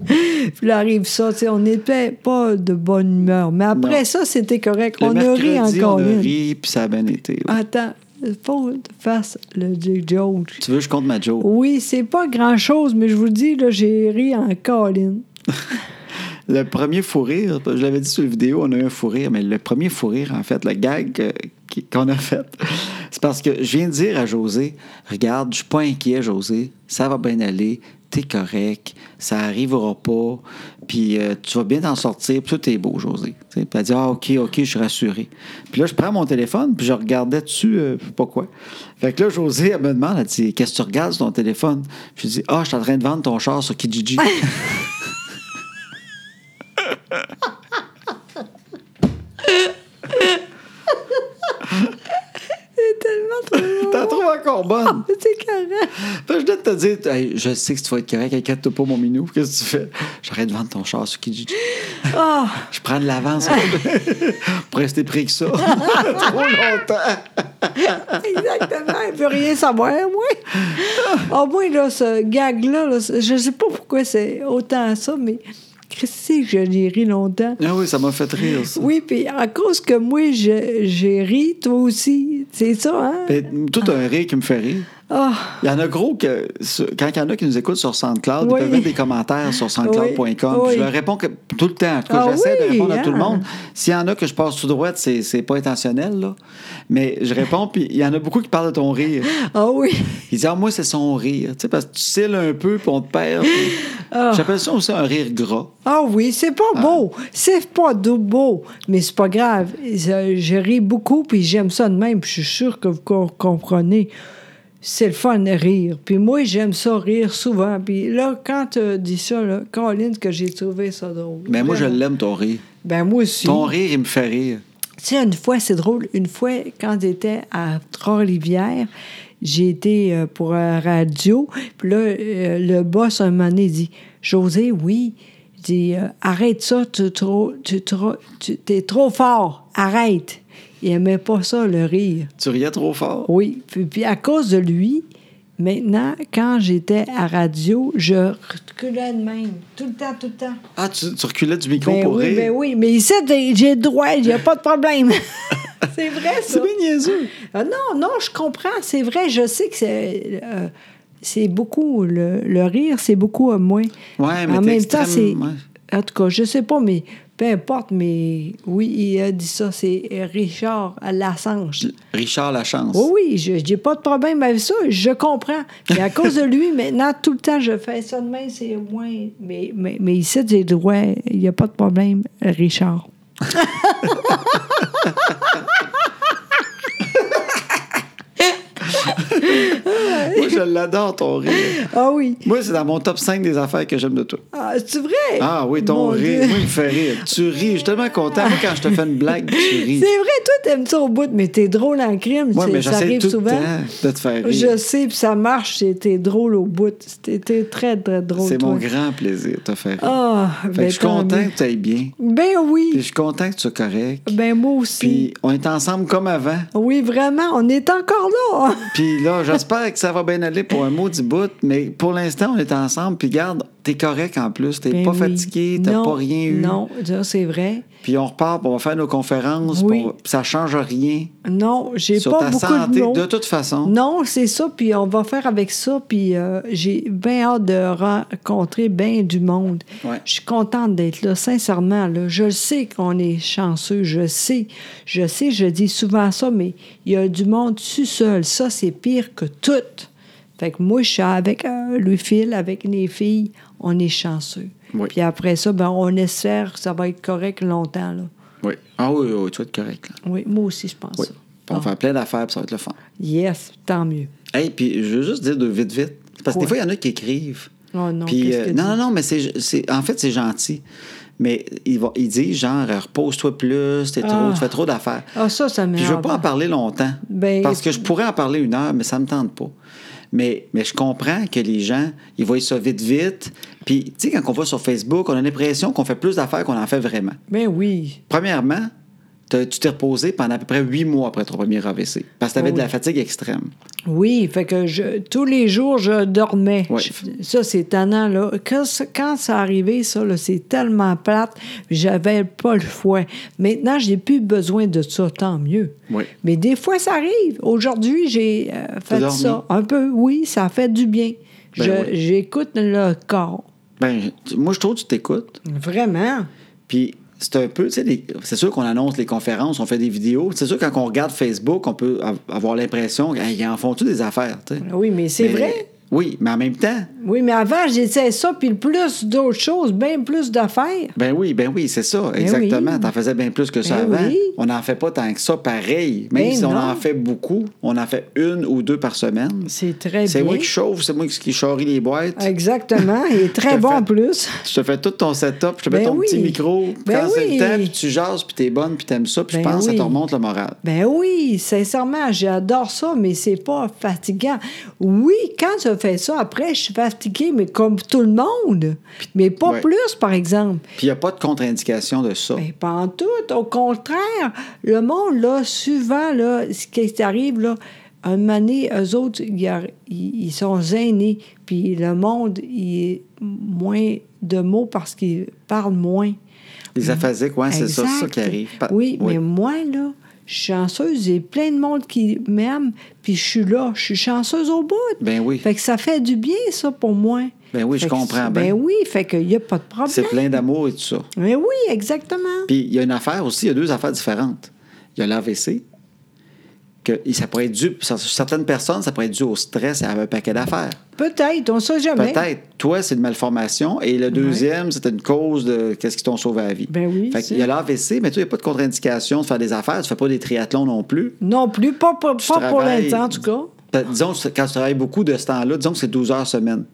S2: Puis là arrive ça, tu sais, on n'était pas de bonne humeur. Mais après
S1: Non.
S2: ça, c'était correct.
S1: Le
S2: on
S1: mercredi,
S2: a ri encore Ah.
S1: On a
S2: une.
S1: ri, puis ça a bien été. ouais.
S2: Attends, faut que tu fasses le j- joke.
S1: Tu veux, je compte ma joke.
S2: Oui, c'est pas grand-chose, mais je vous dis, là, j'ai ri en colline.
S1: Le premier fou rire, je l'avais dit sur la vidéo, on a eu un fou rire, mais le premier fou rire, en fait, le gag que- qui- qu'on a fait, c'est parce que je viens de dire à José, regarde, je suis pas inquiet, José, ça va bien aller, t'es correct, ça arrivera pas, puis euh, tu vas bien t'en sortir, puis tout est beau, José. Tu sais, Puis elle dit, ah, ok, ok, je suis rassuré. Puis là, je prends mon téléphone, puis je regardais dessus, euh, je sais pas quoi. Fait que là, José, elle me demande, elle dit, qu'est-ce que tu regardes sur ton téléphone? Je lui dis, ah, je suis en train de vendre ton char sur Kijiji.
S2: C'est tellement trop.
S1: T'en trouves encore bonne.
S2: C'est correct.
S1: Fait que je viens de te dire, Hey, je sais que tu vas être correct, inquiète-toi pas, mon minou. Qu'est-ce que tu fais? J'arrête de vendre ton char sur Kijiji.
S2: Ah,
S1: Je prends de l'avance pour rester pris que ça. Trop longtemps.
S2: exactement. Elle veut rien savoir, moi. Ah, Au moins, là, ce gag-là, là, c'est- je sais pas pourquoi c'est autant ça, mais Christy, je l'ai ri longtemps.
S1: Ah oui, ça m'a fait rire, ça.
S2: Oui, puis à cause que moi, je- j'ai ri, toi aussi. C'est ça, hein?
S1: Ben, tout un rire qui me fait rire.
S2: Ah,
S1: Il y en a gros que, sur- quand il y en a qui nous écoutent sur SoundCloud, ils
S2: Oui.
S1: peuvent mettre des commentaires sur soundcloud.com.
S2: Oui.
S1: Puis Je leur réponds que- tout le temps. En tout cas,
S2: Ah
S1: j'essaie de
S2: oui,
S1: répondre à
S2: hein.
S1: tout le monde. S'il y en a que je passe tout droit, c'est c'est pas intentionnel, là. Mais je réponds, puis il y en a beaucoup qui parlent de ton rire.
S2: ah oui.
S1: Il dit, ah, moi, c'est son rire. Tu sais, parce que tu cils un peu, puis on te perd. puis- J'appelle ça aussi un rire gras.
S2: Ah oui, c'est pas beau. C'est pas do- beau. Mais c'est pas grave. Je, je ris beaucoup, puis j'aime ça de même. Puis je suis sûre que vous com- comprenez. C'est le fun de rire. Puis moi, j'aime ça rire souvent. Puis là, quand tu dis ça, là, Colin, que j'ai trouvé ça drôle.
S1: Mais Ben, moi, je
S2: Vraiment.
S1: l'aime, ton rire.
S2: Ben moi aussi.
S1: Ton rire, il me fait rire.
S2: Tu sais, une fois, c'est drôle, une fois, quand j'étais à Trois-Rivières, j'ai été euh, pour la radio, puis là, euh, le boss, un moment donné, il dit « José, oui, il dit, euh, arrête ça, tu, trop, tu, trop, tu es trop fort, arrête. » Il aimait pas ça, le rire.
S1: Tu riais trop fort.
S2: Oui, puis, puis à cause de lui, maintenant, quand j'étais à radio, je reculais de même, tout le temps, tout le temps.
S1: Ah, tu, tu reculais du micro
S2: Ben
S1: pour
S2: oui,
S1: rire.
S2: ben oui, mais ici, t'es- j'ai le droit, il n'y a pas de problème. c'est vrai, ça.
S1: C'est bien niaiseux.
S2: Ah non, non, je comprends. C'est vrai, je sais que c'est. euh, c'est beaucoup, le, le rire, c'est beaucoup à moins.
S1: Ouais, mais
S2: En
S1: t'es
S2: même temps, c'est.
S1: extrême- ouais.
S2: En tout cas, je sais pas, mais peu importe, mais oui, il a dit ça, c'est Richard Lassange.
S1: Richard Lachance.
S2: Oui, oui, je n'ai pas de problème avec ça, je comprends. Mais à cause de lui, maintenant, tout le temps, je fais ça demain, c'est moins. Mais, mais, mais ici, j'ai droit, il n'y a pas de problème, Richard.
S1: Moi, je l'adore, ton rire.
S2: Ah oui.
S1: Moi, c'est dans mon top 5 des affaires que j'aime de toi.
S2: Ah, c'est vrai?
S1: Ah oui, ton
S2: Mon
S1: rire.
S2: Dieu.
S1: Moi, il me fait rire. Tu ris. Je suis tellement content. Moi, quand je te fais une blague, tu
S2: C'est
S1: ris.
S2: vrai, toi, t'aimes ça au bout, mais t'es drôle en crime.
S1: Moi,
S2: c'est-
S1: mais
S2: ça
S1: j'essaie
S2: arrive
S1: tout
S2: souvent.
S1: le temps de te faire rire.
S2: Je sais, puis ça marche, c'est- t'es drôle au bout. T'es très, très drôle.
S1: C'est mon
S2: toi.
S1: grand plaisir de te faire rire.
S2: Ah,
S1: Fait que
S2: ben,
S1: je suis
S2: tant
S1: content
S2: mieux.
S1: que tu ailles bien.
S2: Ben
S1: Puis je
S2: oui,
S1: suis content que tu sois correct.
S2: ben moi aussi.
S1: Puis on est ensemble comme avant.
S2: Oui, vraiment, on est encore là.
S1: Puis là, j'espère que ça va bien aller pour un mot du bout, mais pour l'instant, on est ensemble. Puis garde, t'es correct en plus. T'es
S2: Ben
S1: pas
S2: oui.
S1: fatigué, t'as
S2: Non,
S1: pas rien eu.
S2: Non, ça, c'est vrai.
S1: Puis on repart, puis on va faire nos conférences,
S2: Oui.
S1: puis on va- puis ça change rien
S2: Non, j'ai
S1: sur
S2: pas
S1: ta
S2: beaucoup
S1: santé
S2: de
S1: de,
S2: mots.
S1: toute façon.
S2: Non, c'est ça, puis on va faire avec ça, puis euh, j'ai bien hâte de rencontrer bien du monde.
S1: Ouais.
S2: Je suis contente d'être là, sincèrement. Là. Je le sais qu'on est chanceux, je sais. Je sais, je dis souvent ça, mais il y a du monde tout seul. Ça, c'est pire que tout. Fait que moi, je suis avec euh, le fil, avec les filles, on est chanceux.
S1: Oui.
S2: Puis après ça, ben, on espère que ça va être correct longtemps. Là.
S1: Oui. Ah oui, oui, oui, tu vas être correct. Là.
S2: Oui, Ah. moi aussi, je pense
S1: Oui.
S2: ça.
S1: Puis on va faire plein d'affaires, puis ça va être le fun.
S2: Yes, tant mieux.
S1: Hey, puis je veux juste dire de vite, vite. Parce que des
S2: Ouais.
S1: fois, il y en a qui écrivent.
S2: Oh non,
S1: Puis,
S2: qu'est-ce
S1: euh,
S2: que
S1: non,
S2: tu-
S1: non, non, mais c'est, c'est- en fait, c'est gentil. Mais il, va, il dit, genre, euh, repose-toi plus, t'es trop,
S2: Ah.
S1: tu fais trop d'affaires.
S2: Ah, ça, ça
S1: Puis je veux pas en
S2: m'énerve.
S1: parler longtemps.
S2: Ben-
S1: parce que je pourrais en parler une heure, mais ça me tente pas. Mais, mais je comprends que les gens, ils voient ça vite, vite. Puis, tu sais, quand on va sur Facebook, on a l'impression qu'on fait plus d'affaires qu'on en fait vraiment.
S2: Ben oui.
S1: Premièrement, t'as- tu t'es reposé pendant à peu près huit mois après ton premier AVC. Parce que t'avais
S2: Oh
S1: de la
S2: oui.
S1: fatigue extrême.
S2: Oui, fait que je, tous les jours, je dormais.
S1: Ouais.
S2: Je- ça, c'est tannant, là. Quand, ça- quand ça arrivé, ça, là, c'est tellement plate, j'avais pas le foie. Maintenant, j'ai plus besoin de ça, tant mieux.
S1: Oui.
S2: Mais des fois, ça arrive. Aujourd'hui, j'ai euh, fait
S1: dormi.
S2: ça. Un peu, oui, ça fait du bien.
S1: Ben
S2: Je-
S1: oui.
S2: J'écoute le corps.
S1: Ben, tu- moi, je trouve que tu t'écoutes.
S2: Vraiment?
S1: Puis c'est un peu, tu sais, les- c'est sûr qu'on annonce les conférences, on fait des vidéos. C'est sûr, quand on regarde Facebook, on peut av- avoir l'impression qu'ils en font-tu des affaires, tu sais.
S2: Oui, mais c'est
S1: Mais-
S2: vrai.
S1: Oui, mais en même temps,
S2: Oui, mais avant, j'essayais ça, puis plus d'autres choses, bien plus d'affaires.
S1: ben oui, ben oui, c'est ça, exactement.
S2: oui.
S1: T'en faisais bien plus que ça
S2: Ben
S1: avant.
S2: oui.
S1: On n'en fait pas tant que ça pareil. Même
S2: Ben
S1: si on
S2: non.
S1: en fait beaucoup, on en fait une ou deux par semaine.
S2: C'est très
S1: C'est
S2: bien.
S1: moi qui chauffe, c'est moi qui charrie les boîtes.
S2: Ah, Exactement. Il est
S1: Je
S2: très
S1: te
S2: bon
S1: fais-
S2: en plus.
S1: Je te fais tout ton setup, je te mets
S2: Ben
S1: ton petit
S2: oui.
S1: micro. puis
S2: Ben
S1: quand c'est
S2: oui.
S1: le temps, puis tu jases, puis t'es bonne, puis t'aimes ça, puis je
S2: Ben
S1: pense que ça
S2: oui.
S1: te remonte le moral.
S2: Ben oui, sincèrement, j'adore ça, mais c'est pas fatigant. Oui, quand je fais ça, après, je suis fatiguée, mais comme tout le monde. Mais pas
S1: Ouais.
S2: plus, par exemple.
S1: Puis il n'y a pas de contre-indication de ça.
S2: Ben, pas en tout. Au contraire, le monde, là, souvent, là, ce qui arrive, là, un moment donné, eux autres, ils ar- ils ils sont gênés. Puis le monde, il est moins de mots parce qu'ils parlent moins.
S1: Les aphasiques, ouais, c'est ça, c'est ça
S2: Mm. Exact.
S1: qui arrive. Pa-
S2: Oui, mais moi, là, je suis chanceuse. J'ai plein de monde qui m'aime, puis je suis là. Je suis chanceuse au bout.
S1: Ben oui.
S2: Fait que ça fait du bien, ça, pour moi.
S1: Ben oui, je
S2: Fait que
S1: comprends
S2: ça-
S1: bien.
S2: Ben, oui, fait qu'il n'y a pas de
S1: C'est
S2: problème.
S1: plein d'amour et tout ça.
S2: Mais oui, exactement.
S1: Puis il y a une affaire aussi, il y a deux affaires différentes. Il y a l'AVC, que ça pourrait être dû, sur certaines personnes, ça pourrait être dû au stress et à un paquet d'affaires.
S2: Peut-être, on ne sait jamais.
S1: Peut-être. Toi, c'est une malformation. Et le deuxième, c'était une cause de qu'est-ce qui t'ont sauvé la vie.
S2: Ben oui,
S1: Fait qu'il
S2: c'est-
S1: y a l'AVC, mais toi, il n'y a pas de contre-indication de faire des affaires. Tu fais pas des triathlons non plus.
S2: Non plus, pas, pas-
S1: Tu
S2: pas pour
S1: travailles-
S2: l'instant, en tout cas.
S1: Ben, disons, quand tu travailles beaucoup de ce temps-là, disons que c'est 12 heures semaine.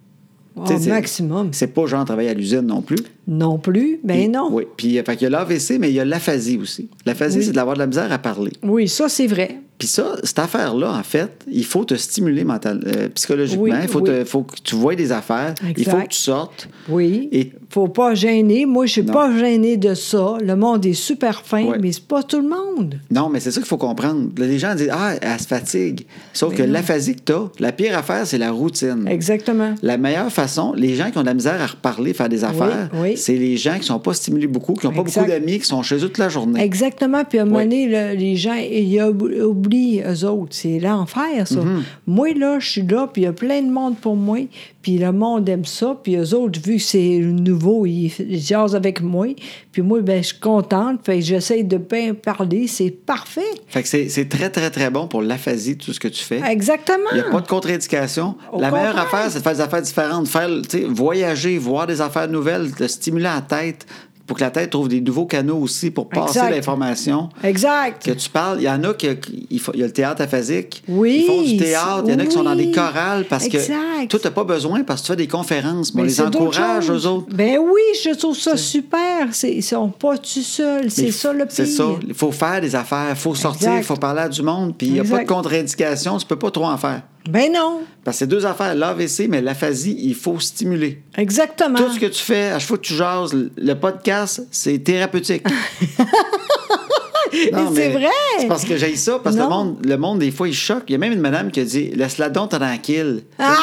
S2: Au
S1: Tu sais, c'est-
S2: maximum.
S1: C'est pas genre travailler à l'usine non plus.
S2: Non plus, ben
S1: Puis-
S2: non.
S1: Oui. Puis, euh, fait qu'il y a l'AVC, mais il y a l'aphasie aussi. L'aphasie, c'est d'avoir de la misère à parler.
S2: Oui, ça, c'est vrai.
S1: Puis ça, cette affaire-là, en fait, il faut te stimuler mental, euh, psychologiquement.
S2: Oui,
S1: il faut,
S2: oui.
S1: te- faut que tu vois des affaires. Il
S2: Exact.
S1: faut que tu sortes.
S2: Oui.
S1: Et-
S2: Faut pas gêner. Moi, je suis
S1: Non.
S2: pas gênée de ça. Le monde est super fin,
S1: Ouais.
S2: mais c'est pas tout le monde.
S1: Non, mais c'est ça qu'il faut comprendre. Là, Les gens disent Ah, elle se fatigue. Sauf que l'aphasie que tu la pire affaire, c'est la routine.
S2: Exactement.
S1: La meilleure façon, les gens qui ont de la misère à reparler, faire des affaires,
S2: oui.
S1: c'est les gens qui sont pas stimulés beaucoup, qui n'ont pas
S2: Exact.
S1: beaucoup d'amis, qui sont chez eux toute la journée.
S2: Exactement. Puis à un moment
S1: Oui.
S2: donné, le- les gens, ils ont oublient eux autres. C'est l'enfer, ça.
S1: Mhm.
S2: Moi, là, je suis là, puis il y a plein de monde pour moi, puis le monde aime ça, puis eux autres, vu que c'est nouveau, ils, ils jasent avec moi, puis moi, ben, je suis contente, fait que j'essaie de bien parler, c'est parfait.
S1: Fait que c'est c'est très, très, très bon pour l'aphasie, tout ce que tu fais.
S2: Exactement.
S1: Il n'y a pas de contre-indication.
S2: Au
S1: La meilleure
S2: contraire.
S1: affaire, c'est de faire des affaires différentes, faire, tu sais, voyager, voir des affaires nouvelles, de stimuler la tête pour que la tête trouve des nouveaux canaux aussi pour passer
S2: Exact.
S1: l'information.
S2: Exact.
S1: Que tu parles, il y en a qui, qui- ils font- il y a le théâtre aphasique,
S2: Oui,
S1: ils font du théâtre, il y en a qui sont dans des
S2: oui.
S1: chorales parce que
S2: Exact.
S1: toi, tu pas besoin parce que tu fais des conférences, mais on
S2: Ben,
S1: les
S2: c'est d'autres
S1: encourage
S2: choses.
S1: aux autres.
S2: Ben oui, je trouve ça super. C'est- Ils sont pas tout seuls.
S1: Mais
S2: C'est ça le pire.
S1: C'est ça. Il faut faire des affaires, il faut sortir, il
S2: Exact.
S1: faut parler à du monde, puis il n'y a pas de
S2: Exact.
S1: contre-indication, tu peux pas trop en faire.
S2: Ben non.
S1: Parce que c'est deux affaires, l'AVC, mais l'aphasie, il faut stimuler.
S2: Exactement.
S1: Tout ce que tu fais, à chaque fois que tu jases, le podcast, c'est thérapeutique. Non,
S2: C'est
S1: mais
S2: vrai.
S1: C'est parce que j'ai ça, parce que le
S2: Non.
S1: monde, le monde, des fois, il choque. Il y a même une madame qui a dit Laisse-la donc tranquille.
S2: Ah!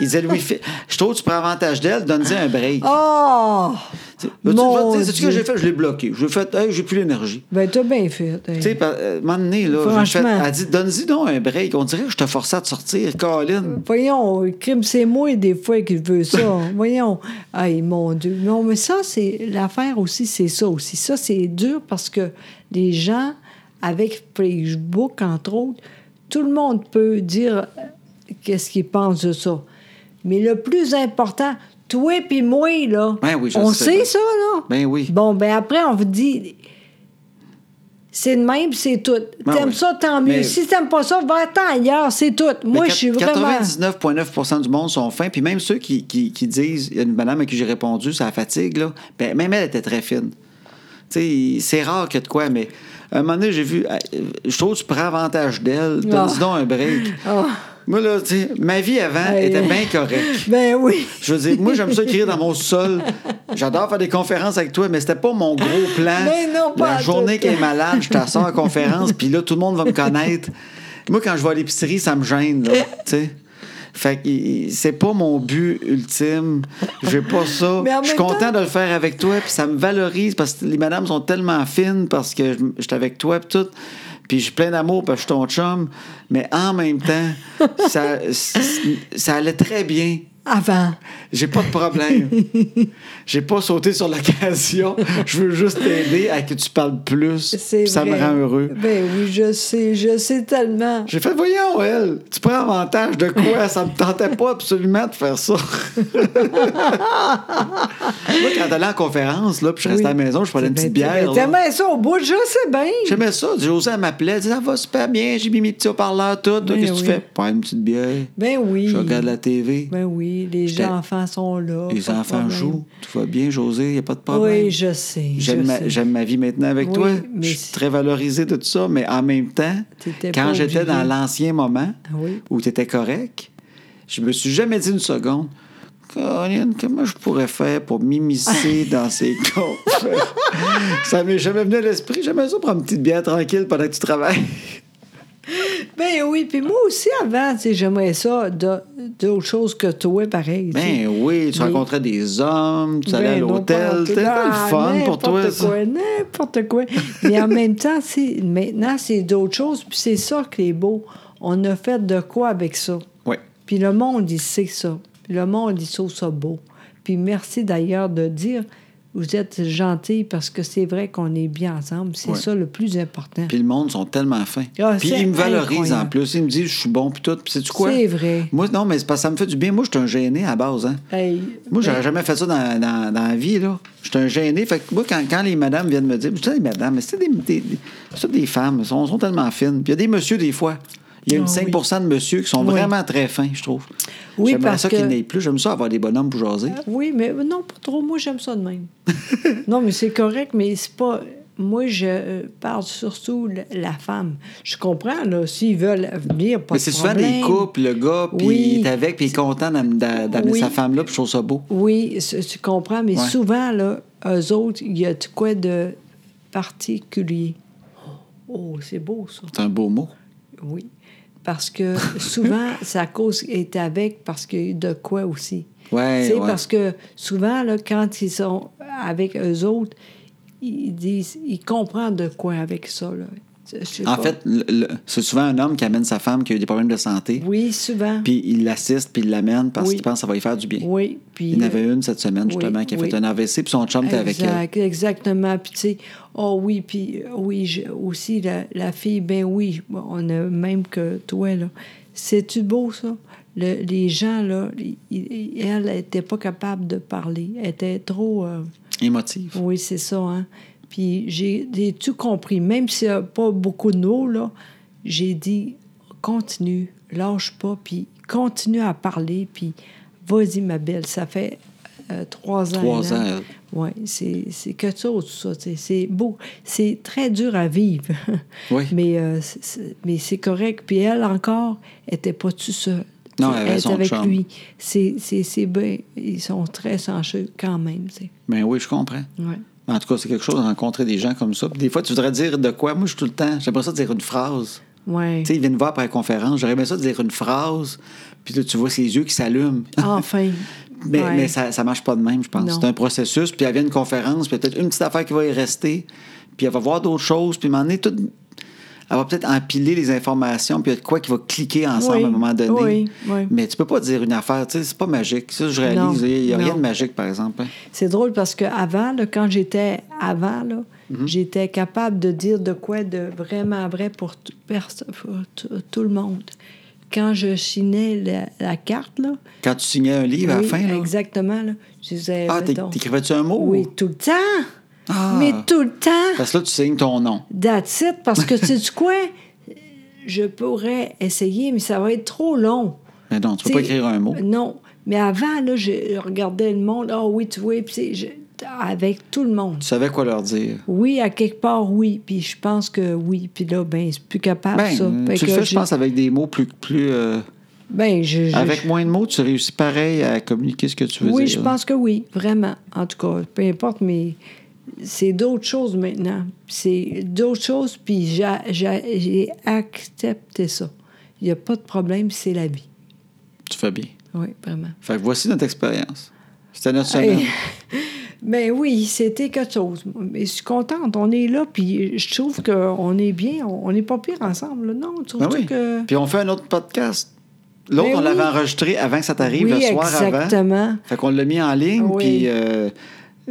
S1: Il disait Louis, fi- je trouve que tu prends avantage d'elle, donne-y un break.
S2: Oh!
S1: Tu sais, tu vas- tu sais,
S2: mon
S1: c'est-tu ce que j'ai
S2: Dieu.
S1: fait Je l'ai bloqué. Je l'ai fait Hey, j'ai plus l'énergie.
S2: Ben t'as bien fait. hein.
S1: Tu sais, par- euh, à un moment donné, là, j'ai fait-
S2: Franchement.
S1: elle dit Donne-y donc un break. On dirait que je te forçais à te sortir, Colin.
S2: Voyons, le crime, c'est moi des fois qui veux ça. Voyons. Aïe, mon Dieu. Non, mais ça, c'est l'affaire aussi, c'est ça aussi. Ça, c'est dur parce que les gens, avec Facebook, entre autres, tout le monde peut dire euh, qu'est-ce qu'ils pensent de ça. Mais le plus important, toi puis moi, là,
S1: Ben oui, je
S2: on
S1: sais,
S2: sait
S1: ben-
S2: ça, là.
S1: Ben oui.
S2: Bon, ben après, on vous dit... C'est de même, c'est tout.
S1: Ben
S2: T'aimes
S1: oui.
S2: ça, tant mieux.
S1: Mais-
S2: Si t'aimes pas ça, va-t'en ailleurs, c'est tout.
S1: Mais
S2: Moi, je suis
S1: quat-
S2: vraiment...
S1: 99,9 du monde sont fins. Puis même ceux qui, qui, qui disent, il y a une madame à qui j'ai répondu, ça la fatigue, là. Ben, même elle était très fine. Tu sais, c'est rare que de quoi, mais à un moment donné, j'ai vu, euh, je trouve que tu prends avantage d'elle, donne-y
S2: Ah.
S1: donc un break.
S2: Ah.
S1: Moi, là, tu sais, ma vie avant
S2: Aïe.
S1: était bien correcte.
S2: Ben oui.
S1: Je veux dire, moi, j'aime ça écrire dans mon sol. J'adore faire des conférences avec toi, mais c'était pas mon gros plan.
S2: Mais non, pas
S1: La
S2: en
S1: journée
S2: tout.
S1: qu'elle est malade, je t'assure en conférence, puis là, tout le monde va me connaître. Moi, quand je vais à l'épicerie, ça me gêne, là, tu sais. Fait que il- c'est pas mon but ultime. J'ai pas ça.
S2: Mais en
S1: Je suis
S2: même
S1: content
S2: temps-
S1: de le faire avec toi, puis ça me valorise parce que les madames sont tellement fines parce que je- j'étais avec toi, puis tout. Puis je suis plein d'amour parce que je suis ton chum. Mais en même temps, ça, ça allait très bien.
S2: Avant.
S1: J'ai pas de problème. J'ai pas sauté sur l'occasion. Je veux juste t'aider à que tu parles plus.
S2: C'est
S1: Ça me
S2: vrai.
S1: rend heureux.
S2: Ben oui, je sais, je sais tellement.
S1: J'ai fait, voyons, elle, tu prends avantage de quoi? Ça me tentait pas absolument de faire ça. Moi, quand t'allais en conférence, là, puis je restais à la
S2: Oui.
S1: maison, je prenais une
S2: Ben,
S1: petite bière. là.
S2: T'aimais ça au bout, je sais bien.
S1: J'aimais ça. José, elle m'appelait, elle disait, ça va super bien, j'ai mis mes petits haut-parleurs, tout. Toi,
S2: Ben
S1: Qu'est-ce que tu
S2: oui.
S1: fais? Prends une petite bière.
S2: Ben oui.
S1: Je regarde la TV.
S2: Ben oui, les
S1: J'étais-
S2: gens enfants sont là.
S1: Les
S2: pas de
S1: enfants
S2: problème.
S1: jouent. Tout va bien, José, il n'y a pas de problème.
S2: Oui, je sais. je
S1: J'aime ma,
S2: sais.
S1: j'aime ma vie maintenant avec
S2: Oui,
S1: toi.
S2: mais
S1: Je suis
S2: si-
S1: très valorisé de tout ça, mais en même temps,
S2: T'étais
S1: quand
S2: pas
S1: j'étais
S2: obligé. Ah
S1: dans l'ancien moment
S2: Oui.
S1: où tu étais correct, je me suis jamais dit une seconde. Colin, comment je pourrais faire pour m'immiscer dans ces comptes? ça m'est jamais venu à l'esprit. J'aimais ça prendre une petite bière tranquille pendant que tu travailles.
S2: Ben oui, puis moi aussi avant, tu sais, j'aimerais ça de- d'autres choses que toi, pareil. tu sais.
S1: Ben oui, tu
S2: Mais-
S1: rencontrais des hommes, tu allais à
S2: Ben non, pas
S1: l'hôtel.
S2: en tout.
S1: C'était pas le
S2: Ah,
S1: fun pour toi,
S2: n'importe
S1: ça.
S2: quoi, N'importe quoi. Mais en même temps, c'est- maintenant, c'est d'autres choses. Puis c'est ça qui est beau. On a fait de quoi avec ça?
S1: Oui.
S2: Puis le monde, il sait ça. Puis le monde, il trouve ça beau. Puis merci d'ailleurs de dire, vous êtes gentils parce que c'est vrai qu'on est bien ensemble. C'est
S1: Ouais.
S2: ça le plus important.
S1: Puis le monde sont tellement fins.
S2: Ah,
S1: puis
S2: c'est
S1: ils me valorisent
S2: incroyable.
S1: en plus. Ils me disent je suis bon puis tout. Puis c'est quoi
S2: C'est vrai.
S1: Moi non mais c'est parce que ça me fait du bien. Moi je suis un gêné à base hein.
S2: Hey,
S1: Moi j'aurais
S2: ben,
S1: jamais fait ça dans, dans, dans la vie là. Je suis un gêné. Fait que moi quand, quand les madames viennent me dire je dis les madames mais c'est des, des- des- c'est toutes des femmes. Elles sont, sont tellement fines. Puis il y a des messieurs des fois. Il y a une
S2: Ah,
S1: 5 de messieurs qui sont
S2: Oui.
S1: vraiment très fins je trouve.
S2: Oui,
S1: J'aimerais
S2: parce
S1: ça qu'ils
S2: que- Ah,
S1: n'aient plus. J'aime ça avoir des bonhommes pour jaser.
S2: Oui, mais euh, non, pas trop. Moi, j'aime ça de même. non, mais c'est correct, mais c'est pas. Moi, je euh, parle surtout la- la femme. Je comprends, là, s'ils veulent venir, pas
S1: Mais
S2: de
S1: c'est souvent des
S2: problème.
S1: couples, le gars, puis
S2: Oui.
S1: il est avec, puis il est content d'am- d'a- d'amener
S2: Oui.
S1: sa femme là, puis je trouve ça beau.
S2: Oui, c- tu comprends, mais
S1: Ouais.
S2: souvent, là, eux autres, il y a de quoi de particulier. Oh, c'est beau, ça.
S1: C'est un beau mot.
S2: Oui. Parce que souvent, sa cause est avec parce qu'il y a de quoi aussi.
S1: Ouais,
S2: Tu sais,
S1: ouais.
S2: Parce que souvent, là, quand ils sont avec eux autres, ils disent, ils comprennent de quoi avec ça. là. Je sais
S1: En
S2: pas.
S1: fait, le- le- c'est souvent un homme qui amène sa femme qui a eu des problèmes de santé,
S2: Oui, souvent.
S1: puis il l'assiste, puis il l'amène parce
S2: Oui.
S1: qu'il pense que ça va lui faire du bien.
S2: oui, puis...
S1: Il y en avait une cette semaine,
S2: oui,
S1: justement, qui a
S2: oui.
S1: fait un AVC, puis son chum était avec euh, elle.
S2: Exact, exactement. Puis, tu sais, oh oui, puis, euh, oui, j'ai- aussi, la, la fille, ben oui, bon, on a même que toi, là. C'est-tu beau, ça? Le- les gens, là, ils- ils- elle n'était pas capable de parler. Elle était trop. euh,
S1: Émotive.
S2: oui, c'est ça, hein. Puis, j'ai j'ai tout compris. Même s'il n'y a pas beaucoup de mots, là, j'ai dit, continue, lâche pas, puis continue à parler, puis vas-y, ma belle. Ça fait euh, trois ans.
S1: Trois
S2: hein.
S1: ans, elle.
S2: Oui, c'est c'est que ça, tout ça. tu sais. C'est beau. C'est très dur à vivre.
S1: Oui.
S2: Mais, euh, c'est- c'est- mais c'est correct. Puis elle, encore, était pas toute seule.
S1: Non, elle avait
S2: était
S1: son
S2: avec
S1: chum.
S2: lui. C'est c'est- c'est bien. Ils sont très sensueux quand même. tu sais.
S1: Ben oui, je comprends.
S2: Ouais.
S1: En tout cas, c'est quelque chose de rencontrer des gens comme ça. Puis des fois, tu voudrais dire de quoi? Moi, je suis tout le temps. J'aimerais ça dire une phrase.
S2: Ouais.
S1: Tu sais, ils viennent me voir après la conférence. J'aurais aimé ça dire une phrase. Puis là, tu vois ses yeux qui s'allument.
S2: Enfin.
S1: Mais,
S2: Ouais.
S1: mais ça, ça marche pas de même, je pense.
S2: Non.
S1: C'est un processus, puis elle vient une conférence, puis peut-être une petite affaire qui va y rester, puis elle va voir d'autres choses, puis à un moment donné, tout... elle va peut-être empiler les informations, puis il y a de quoi qui va cliquer ensemble
S2: Oui,
S1: à un moment donné.
S2: oui, oui.
S1: Mais tu peux pas dire une affaire, tu sais, c'est pas magique. Ça, je
S2: Non,
S1: réalise, il n'y a
S2: non.
S1: rien de magique, par exemple. hein.
S2: C'est drôle parce qu'avant, quand j'étais avant, là,
S1: Mm-hmm.
S2: j'étais capable de dire de quoi de vraiment vrai pour, tout- perso- pour tout- tout le monde. Quand je chinais la, la carte, là,
S1: Quand tu signais un livre à la
S2: oui,
S1: fin, là,
S2: exactement, là, je disais,
S1: ah, t'é-
S2: mettons,
S1: t'écrivais-tu un mot?
S2: oui, tout le temps,
S1: Ah.
S2: mais tout le temps,
S1: Parce que là, tu signes ton nom.
S2: that's it, parce que c'est du quoi? Je pourrais essayer, mais ça va être trop long.
S1: Mais non, tu peux pas
S2: T'sais,
S1: écrire un mot.
S2: Non. Mais avant, là, je regardais le monde. Ah oui, tu vois, puis c'est- je- avec tout le monde.
S1: Tu savais quoi leur dire.
S2: Oui, à quelque part, oui. Puis je pense que oui. Puis là, ben, c'est plus capable,
S1: Ben,
S2: ça. Fait
S1: tu
S2: que
S1: le fais, je
S2: j'ai-
S1: pense, avec des mots plus... plus euh,
S2: Ben, je, je-
S1: Avec
S2: je-
S1: moins de mots, tu réussis pareil à communiquer ce que tu veux
S2: oui,
S1: dire.
S2: je pense que oui, vraiment. En tout cas, peu importe, mais c'est d'autres choses maintenant. C'est d'autres choses, puis j'a- j'a- j'ai accepté ça. Il n'y a pas de problème, c'est la vie.
S1: Tu fais bien.
S2: Oui, vraiment.
S1: Fait que voici notre expérience. C'était notre semaine.
S2: Mais Ben oui, c'était quelque chose. Mais je suis contente. On est là, puis je trouve qu'on est bien. On n'est pas pire ensemble. là. Non, tu trouves
S1: Ben oui.
S2: que...
S1: Puis on fait un autre podcast. L'autre,
S2: Ben
S1: on
S2: oui.
S1: l'avait enregistré avant que ça t'arrive,
S2: oui,
S1: le soir avant.
S2: exactement.
S1: Fait qu'on l'a mis en ligne,
S2: Oui.
S1: puis euh,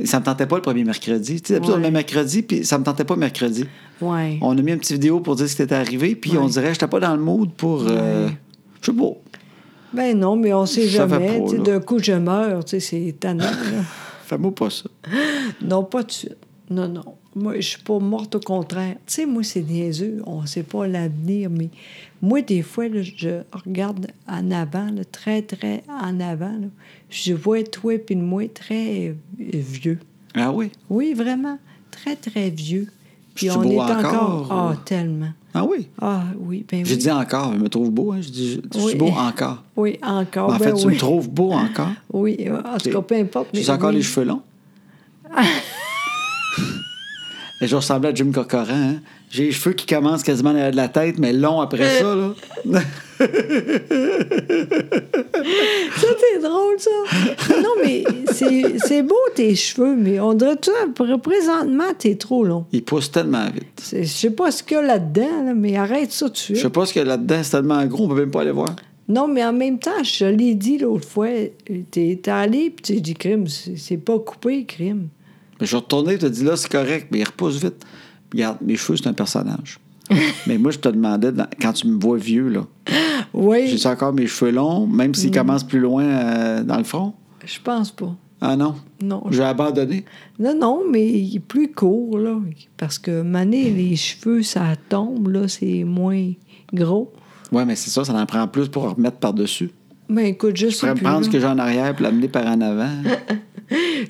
S1: ça me tentait pas le premier mercredi. Tu sais, d'habitude, on le met
S2: Ouais.
S1: mercredi, puis ça me tentait pas mercredi.
S2: Ouais.
S1: On a mis une petite vidéo pour dire ce qui était arrivé, puis
S2: Ouais.
S1: on dirait que j'étais pas dans le mood pour... euh, je sais pas.
S2: Ben non, mais on sait
S1: Ça fait
S2: jamais.
S1: pas,
S2: tu sais,
S1: là.
S2: D'un coup, je meurs. tu sais, C'est tannant. là.
S1: Fais-moi pas ça.
S2: non, pas de suite. Non, non. Moi, je suis pas morte, au contraire. Tu sais, moi, c'est niaiseux. On sait pas l'avenir, mais moi, des fois, là, je regarde en avant, là, très, très en avant. là. Je vois toi et moi très euh, vieux.
S1: Ah oui?
S2: Oui, vraiment. Très, très vieux. Puis
S1: Je-tu
S2: on
S1: beau
S2: est
S1: encore,
S2: encore. Ah,
S1: ou-
S2: tellement.
S1: Ah oui?
S2: Ah, oui, ben
S1: J'ai
S2: oui.
S1: dit encore, je me trouve beau. hein. Je dis, je, je
S2: Oui.
S1: suis beau encore.
S2: Oui, encore.
S1: en
S2: ben
S1: fait, tu
S2: oui.
S1: me trouves beau encore.
S2: Oui, euh, en tout cas, peu importe.
S1: J'ai
S2: mais
S1: encore
S2: oui.
S1: les cheveux longs. Et je ressemblais à Jim Corcoran. hein. J'ai les cheveux qui commencent quasiment derrière de la tête, mais longs après ça. Là.
S2: Ça, c'est drôle, ça. non, mais c'est c'est beau, tes cheveux, mais on dirait tout présentement, t'es trop long.
S1: Ils poussent tellement vite.
S2: C'est- Je sais pas ce qu'il y a là-dedans, là, mais arrête ça tout de
S1: Je
S2: suite.
S1: sais pas ce qu'il y a là-dedans, c'est tellement gros, on peut même pas aller voir.
S2: Non, mais en même temps, je te l'ai dit l'autre fois, t'es t'es allé, puis tu dis, crime, c'est c'est pas coupé, crime.
S1: Mais je suis retourné et te dit là, c'est correct, mais ils repoussent vite. Regarde, mes cheveux, c'est un personnage. mais moi, je te demandais, dans- quand tu me vois vieux, là,
S2: Oui,
S1: j'ai encore mes cheveux longs, même s'ils commencent plus loin euh, dans le front?
S2: je pense pas.
S1: Ah non?
S2: Non,
S1: J'ai abandonné.
S2: Non, non, mais il est plus court, là. Parce que mané, les cheveux, ça tombe, là, c'est moins gros.
S1: Ouais, mais c'est ça, ça en prend plus pour remettre par-dessus.
S2: Mais écoute, je
S1: Je
S2: sais
S1: pourrais me
S2: plus.
S1: prendre ce que
S2: là.
S1: j'ai en arrière pour l'amener par en avant.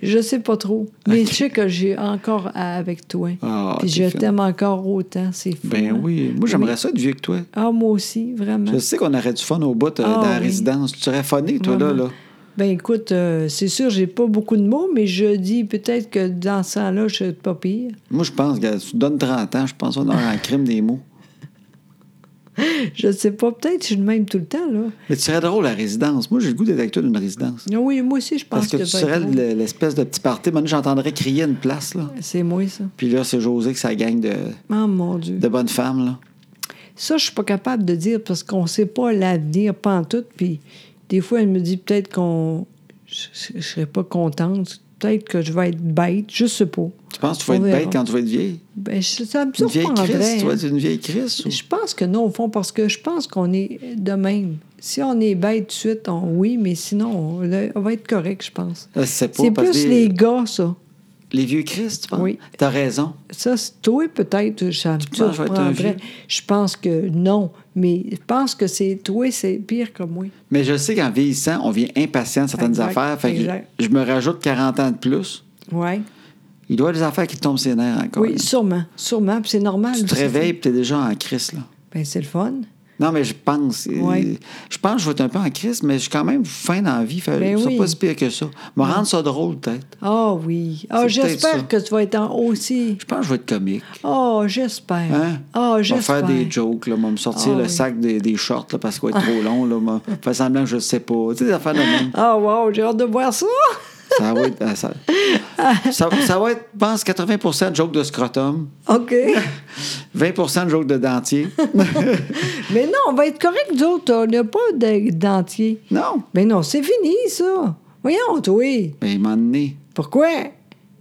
S2: Je sais pas trop. Mais je sais que j'ai encore à- avec toi.
S1: Ah,
S2: Puis
S1: t'es
S2: je
S1: fine.
S2: t'aime encore autant, c'est fou.
S1: Ben
S2: hein?
S1: oui, moi j'aimerais ça être vieux que toi.
S2: Ah, moi aussi, vraiment.
S1: Je sais qu'on aurait du fun au bout euh,
S2: Ah,
S1: dans la
S2: oui.
S1: résidence. Tu serais funné, toi, là,
S2: Vraiment.
S1: là.
S2: Ben écoute, euh, c'est sûr, j'ai pas beaucoup de mots, mais je dis peut-être que dans ce temps-là, je suis pas pire.
S1: Moi, je pense que tu te donnes 30 ans, je pense qu'on aura un crime des mots.
S2: je sais pas, peut-être je suis le même tout le temps, là.
S1: Mais tu serais drôle à la résidence. Moi, j'ai le goût d'être avec toi d'une résidence.
S2: Non, Oui, moi aussi, je pense
S1: Parce que
S2: que
S1: tu
S2: ça va
S1: serais
S2: être drôle.
S1: le- l'espèce de petit party. Maintenant, j'entendrais crier une place, là.
S2: C'est moi, ça.
S1: Puis là, c'est José que ça gagne de,
S2: Oh mon Dieu.
S1: de bonnes femmes, là.
S2: Ça, je suis pas capable de dire parce qu'on sait pas l'avenir pantoute. Puis des fois, elle me dit peut-être qu'on. Je, je- je serais pas contente. Peut-être que je vais être bête. Je sais pas.
S1: Tu penses que tu vas
S2: On
S1: être
S2: verra.
S1: bête quand tu vas être vieille?
S2: Ben, je- ça me
S1: Une vieille
S2: surprendrait,
S1: crise,
S2: hein.
S1: toi? Tu es une vieille crise? ou-
S2: Je pense que non, au fond, parce que je pense qu'on est de même. Si on est bête tout de suite, on, oui, mais sinon, on, le- on va être correct, je pense.
S1: Je sais Euh, Ah, pas.
S2: C'est
S1: parce
S2: plus
S1: que
S2: les gars, ça.
S1: les vieux Christ, tu penses?
S2: Oui.
S1: T'as raison.
S2: Ça, c'est toi, peut-être, ça me
S1: penses que je vais être un
S2: surprendrait.
S1: vieux?
S2: Je pense que non, mais je pense que c'est toi, c'est pire que moi.
S1: Mais je sais qu'en vieillissant, on vient impatient de certaines
S2: Exact,
S1: affaires. Fait que
S2: exact.
S1: je me rajoute 40 ans de plus.
S2: Ouais.
S1: Il doit y avoir des affaires qui te tombent ses nerfs encore. là.
S2: Oui, sûrement, sûrement, puis c'est normal.
S1: tu te
S2: aussi.
S1: réveilles et t'es déjà en crise, là.
S2: Ben, c'est le fun.
S1: Non, mais je pense. euh,
S2: Ouais.
S1: Je pense que je vais être un peu en crise, mais je suis quand même fin dans la vie. Fait,
S2: Ben
S1: c'est
S2: oui.
S1: pas si pire que ça. Me rendre ça drôle, peut-être.
S2: Ah oui. Ah,
S1: C'est peut-être ça.
S2: j'espère que tu vas être en aussi.
S1: Je pense que je vais être comique.
S2: Ah, j'espère.
S1: Hein?
S2: Ah,
S1: Je vais
S2: j'espère.
S1: faire des jokes, là. Je vais me sortir
S2: Ah
S1: le
S2: oui.
S1: sac des, des shorts, là, parce qu'il va être trop long, là. Moi, Faire semblant que je sais pas. Tu sais, des affaires de même.
S2: Ah, wow, j'ai hâte de voir ça.
S1: Ça va être. ah, Ça, ça- ça va être, je pense, 80 de jokes de scrotum,
S2: OK.
S1: 20 de jokes de dentier.
S2: Mais non, on va être correct, nous autres. On n'a pas de dentier.
S1: non.
S2: Mais non, c'est fini, ça. Voyons, toi.
S1: Mais il m'a donné.
S2: Pourquoi?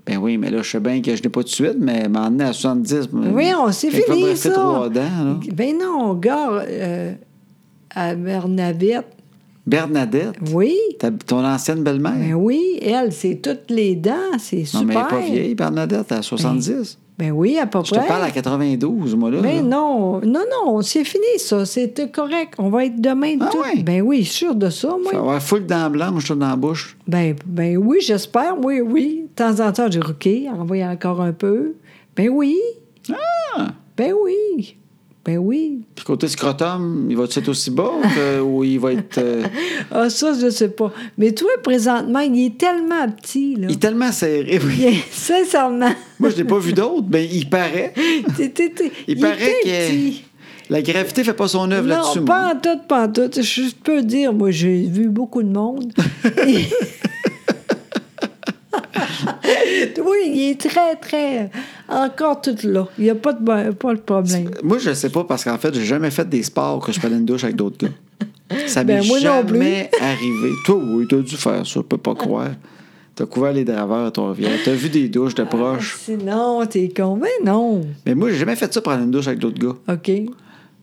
S1: Ben oui, mais là, je sais bien que je n'ai pas tout de suite, mais il m'a donné à 70. mais-
S2: Voyons, c'est
S1: Fait que là, il me
S2: fini,
S1: restait
S2: ça.
S1: trois dents, là.
S2: Ben non, gare euh, à Bernadette.
S1: Bernadette,
S2: Oui.
S1: ta- ton ancienne
S2: Ben
S1: belle-mère.
S2: oui, elle, c'est toutes les dents. C'est
S1: non,
S2: super.
S1: mais elle n'est pas vieille, Bernadette, elle a 70.
S2: Ben oui, à peu
S1: je
S2: près.
S1: te parle à 92, moi, là.
S2: Mais
S1: là.
S2: non, non, non, c'est fini ça, c'était correct. On va être demain
S1: Ah
S2: tout.
S1: ouais?
S2: Ben oui, sûr de ça, moi.
S1: Faut avoir full dents blanches, ça, dans la bouche.
S2: Ben, ben oui, j'espère, oui, oui. De temps en temps, j'ai OK, envoyez encore un peu. Ben oui,
S1: Ah!
S2: ben oui, ben oui.
S1: Puis côté scrotum, il va-tu être aussi bas ou que- ou il va être. euh,
S2: Ah, ça, je sais pas. Mais toi, présentement, il est tellement petit, là.
S1: il est tellement serré, oui.
S2: Il est- Sincèrement,
S1: Moi, je n'ai pas vu d'autres, mais il paraît.
S2: t'es- t'es- t'es-
S1: Il
S2: il
S1: paraît
S2: est
S1: que-
S2: petit.
S1: La gravité fait pas son œuvre là-dessus.
S2: Non, pas
S1: moi.
S2: en tout, pas en tout. Je peux dire, moi, j'ai vu beaucoup de monde. Et- oui, il est très, très... Encore tout là. Il n'y a pas de, bo- pas de problème.
S1: Moi, je sais pas parce qu'en fait, j'ai jamais fait des sports que je prenais une douche avec d'autres gars. Ça
S2: Ben,
S1: m'est
S2: moi non
S1: jamais arrivé. Toi, oui, t'as dû faire ça, je peux pas croire. T'as couvert les draveurs à ton rivière. T'as vu des douches de
S2: Ah.
S1: proches.
S2: Sinon, t'es con. Mais non.
S1: Mais moi, j'ai jamais fait ça, prendre une douche avec d'autres gars.
S2: OK.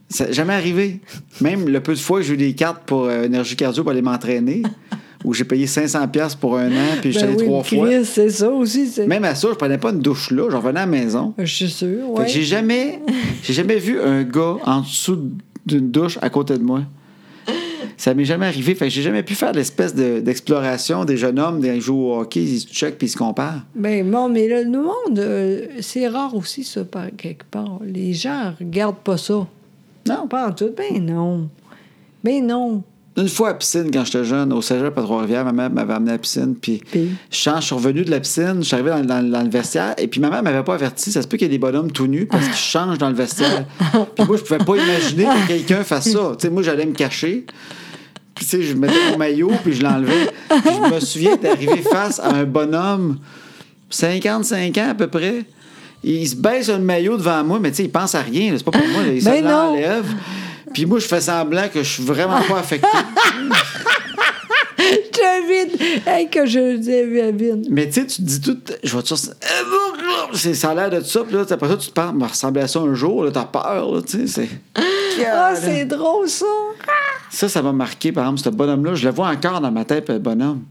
S1: Ça n'est jamais arrivé. Même le peu de fois que j'ai eu des cartes pour euh, énergie cardio pour aller m'entraîner, où j'ai payé 500$ pour un an, puis je suis
S2: Ben
S1: allé
S2: oui,
S1: trois
S2: Chris,
S1: fois.
S2: c'est ça aussi. c'est- Ah,
S1: Même à ça, je prenais pas une douche là, je revenais à la maison.
S2: Je suis sûre,
S1: Fait que
S2: ouais.
S1: J'ai jamais, j'ai jamais vu un gars en dessous d'une douche à côté de moi. Ça m'est jamais arrivé. Fait que j'ai jamais pu faire l'espèce de- d'exploration des jeunes hommes, des jouent au hockey, ils se checkent puis ils se comparent.
S2: Ben bon, mais le monde, euh, c'est rare aussi, ça, par quelque part. Les gens regardent pas ça.
S1: Non.
S2: Pas en tout. Ben non. Ben non.
S1: Une fois à piscine, quand j'étais jeune, au cégep à Trois-Rivières, ma mère m'avait amené à la piscine. Puis,
S2: Puis?
S1: je je suis revenu de la piscine, je suis arrivé dans, dans- dans le vestiaire. Et puis, ma mère m'avait pas averti. Ça se peut qu'il y ait des bonhommes tout nus parce qu'ils changent dans le vestiaire. puis, moi, je pouvais pas imaginer que quelqu'un fasse ça. Tu sais, moi, j'allais me cacher. Puis, tu sais, je mettais mon maillot, puis je l'enlevais. Puis je me souviens d'arriver face à un bonhomme, 55 ans à peu près. Il se baisse le maillot devant moi, mais tu sais, il pense à rien. là. C'est pas pour moi. là. Il se
S2: Ben non.
S1: l'enlève. Puis moi, je fais semblant que je suis vraiment pas affecté.
S2: David! Hey, que je dis David!
S1: Mais tu sais, tu te dis tout. Je vois ça. Eh, C'est ça a l'air de ça. Puis là, après ça, tu te parles. me ressembler à ça un jour. Là, t'as peur. Là, tu sais, c'est...
S2: Ah, c'est drôle, ça!
S1: Ça, ça m'a marqué, par exemple, ce bonhomme-là. Je le vois encore dans ma tête, le bonhomme.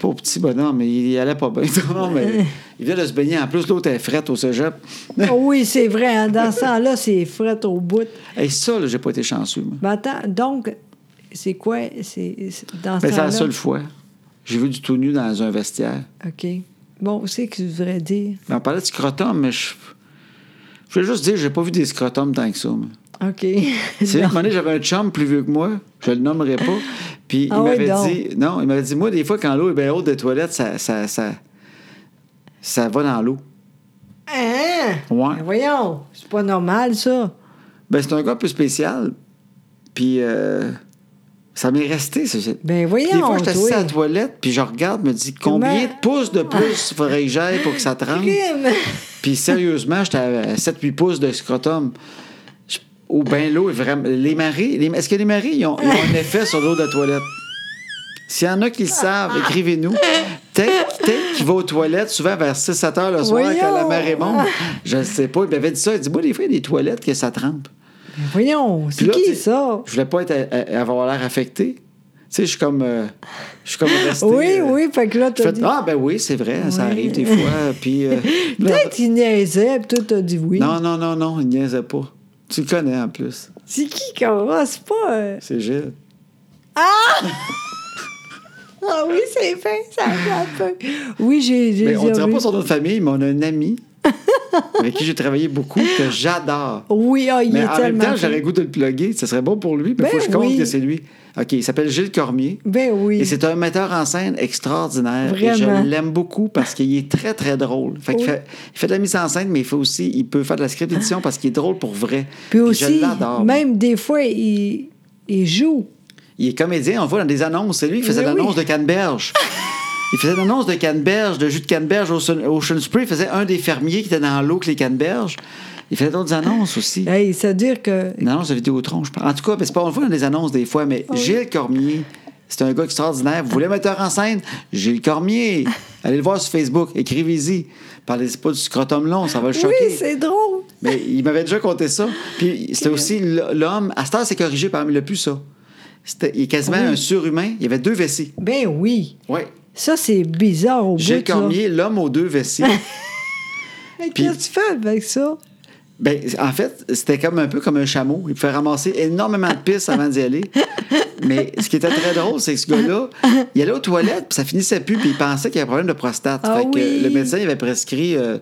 S1: Pauvre petit bonhomme, mais il allait pas bien. Non, mais il vient de se baigner. En plus, l'autre est frette au cégep.
S2: Ah oui, c'est vrai, hein, dans ce temps-là, c'est fret au bout.
S1: Et ça, là, j'ai pas été chanceux, moi.
S2: Mais attends, donc, c'est quoi? C'est, c'est- dans ce
S1: Mais Ben, c'est
S2: temps-là?
S1: la seule fois. J'ai vu du tout nu dans un vestiaire.
S2: OK. Bon, c'est que tu voudrais dire.
S1: Mais on parlait de scrotum, mais je. Je voulais juste dire, j'ai pas vu des scrotums tant que ça. moi.
S2: OK.
S1: C'est
S2: Non.
S1: un moment donné, j'avais un chum plus vieux que moi, je le nommerai pas. Puis
S2: Ah
S1: il
S2: oui,
S1: m'avait
S2: donc.
S1: dit, non, il m'avait dit, moi, des fois, quand l'eau est bien haute des toilettes, ça, ça, ça, ça va dans l'eau.
S2: Hein?
S1: Ouais.
S2: Ben voyons, c'est pas normal, ça.
S1: Ben, c'est un gars un peu spécial. Puis euh, ça m'est resté. ça.
S2: Ben,
S1: Puis
S2: voyons,
S1: Des fois, je suis assis à la
S2: toi. Ah.
S1: toilette, puis je regarde, me dis combien
S2: Comment-
S1: de pouces de plus faudrait que j'aille pour que ça tremble.
S2: Crime!
S1: Puis sérieusement, j'étais à 7-8 pouces de scrotum. Je- Ou bien l'eau est vraiment. Les maris, les- est-ce que les maris ils ont, ils ont un effet sur l'eau de la toilette? S'il y en a qui le savent, écrivez-nous. Peut-être peut-être qu'il va aux toilettes souvent vers 6-7 heures le soir quand la
S2: Voyons!
S1: marée monte. Je ne sais pas. Il m'avait dit ça. Il dit Moi, des fois, il y a des toilettes que ça trempe.
S2: Ben, voyons,
S1: Puis
S2: c'est
S1: là, tu
S2: qui,
S1: sais,
S2: ça?
S1: Je voulais pas être, à- à- avoir l'air affecté. Tu sais, je suis comme. euh, je suis comme resté.
S2: Oui,
S1: euh,
S2: oui, fait que là,
S1: je
S2: t'as
S1: fais,
S2: dit...
S1: ah, ben oui, c'est vrai, ça
S2: Ouais.
S1: arrive des fois. Puis. euh,
S2: Peut-être qu'il niaisait, puis toi, t'as dit oui.
S1: Non, non, non, non, il niaisait pas. Tu le connais en plus.
S2: C'est qui, Cora? C'est pas... euh,
S1: C'est Gilles.
S2: Ah oui, c'est fin, ça fait un peu. Oui, j'ai... j'ai
S1: Mais on ne
S2: déjà
S1: dira
S2: vu.
S1: pas son nom de famille, mais on a un ami avec qui j'ai travaillé beaucoup que j'adore.
S2: Oui, ah, il
S1: Mais
S2: est
S1: en même
S2: tellement...
S1: temps, j'aurais
S2: fin.
S1: le goût de le plugger. Ce serait bon pour lui, mais il
S2: Ben
S1: faut que je compte
S2: oui.
S1: que c'est lui. OK, il s'appelle Gilles Cormier.
S2: Ben oui.
S1: Et c'est un metteur en scène extraordinaire. Et
S2: Vraiment.
S1: je l'aime beaucoup parce qu'il est très, très drôle. Fait qu'il
S2: Oui.
S1: fait- il fait de la mise en scène, mais il fait aussi, il peut faire de la script édition parce qu'il est drôle pour vrai.
S2: Puis
S1: Et
S2: aussi,
S1: je l'adore.
S2: même des fois, il, il joue.
S1: Il est comédien, on le voit dans des annonces. C'est lui qui faisait
S2: Mais oui.
S1: l'annonce de Canneberge. Il faisait l'annonce de Canneberge, de jus de Canneberge, Ocean, Ocean Spray. Il faisait un des fermiers qui était dans l'eau que les Canneberges. Il faisait d'autres annonces aussi.
S2: Hey, C'est-à-dire que...
S1: Une annonce de Vidéotron, je pense. En tout cas, ben, c'est pas, on le voit dans des annonces des fois, mais Gilles Cormier, c'est un gars extraordinaire. Vous voulez metteur en scène? Gilles Cormier! Allez le voir sur Facebook, écrivez-y. Parlez pas du scrotum long, ça va le choquer.
S2: Oui, c'est drôle.
S1: Mais il m'avait déjà conté ça. Puis c'était aussi l- l'homme. À cette heure, c'est corrigé parmi le plus ça. C'était, il est quasiment
S2: Ah Oui.
S1: un surhumain. Il y avait deux vessies.
S2: Ben oui.
S1: Oui.
S2: Ça, c'est bizarre au
S1: Gilles
S2: bout, ça.
S1: Cormier, l'homme aux deux vessies.
S2: Mais
S1: Puis-
S2: qu'est-ce que tu fais avec ça?
S1: ben, en fait, c'était comme un peu comme un chameau. Il pouvait ramasser énormément de pistes avant d'y aller. Mais ce qui était très drôle, c'est que ce gars-là, il allait aux toilettes, puis ça finissait plus, puis il pensait qu'il y avait un problème de prostate.
S2: Ah
S1: fait que
S2: oui.
S1: le médecin il avait prescrit. euh,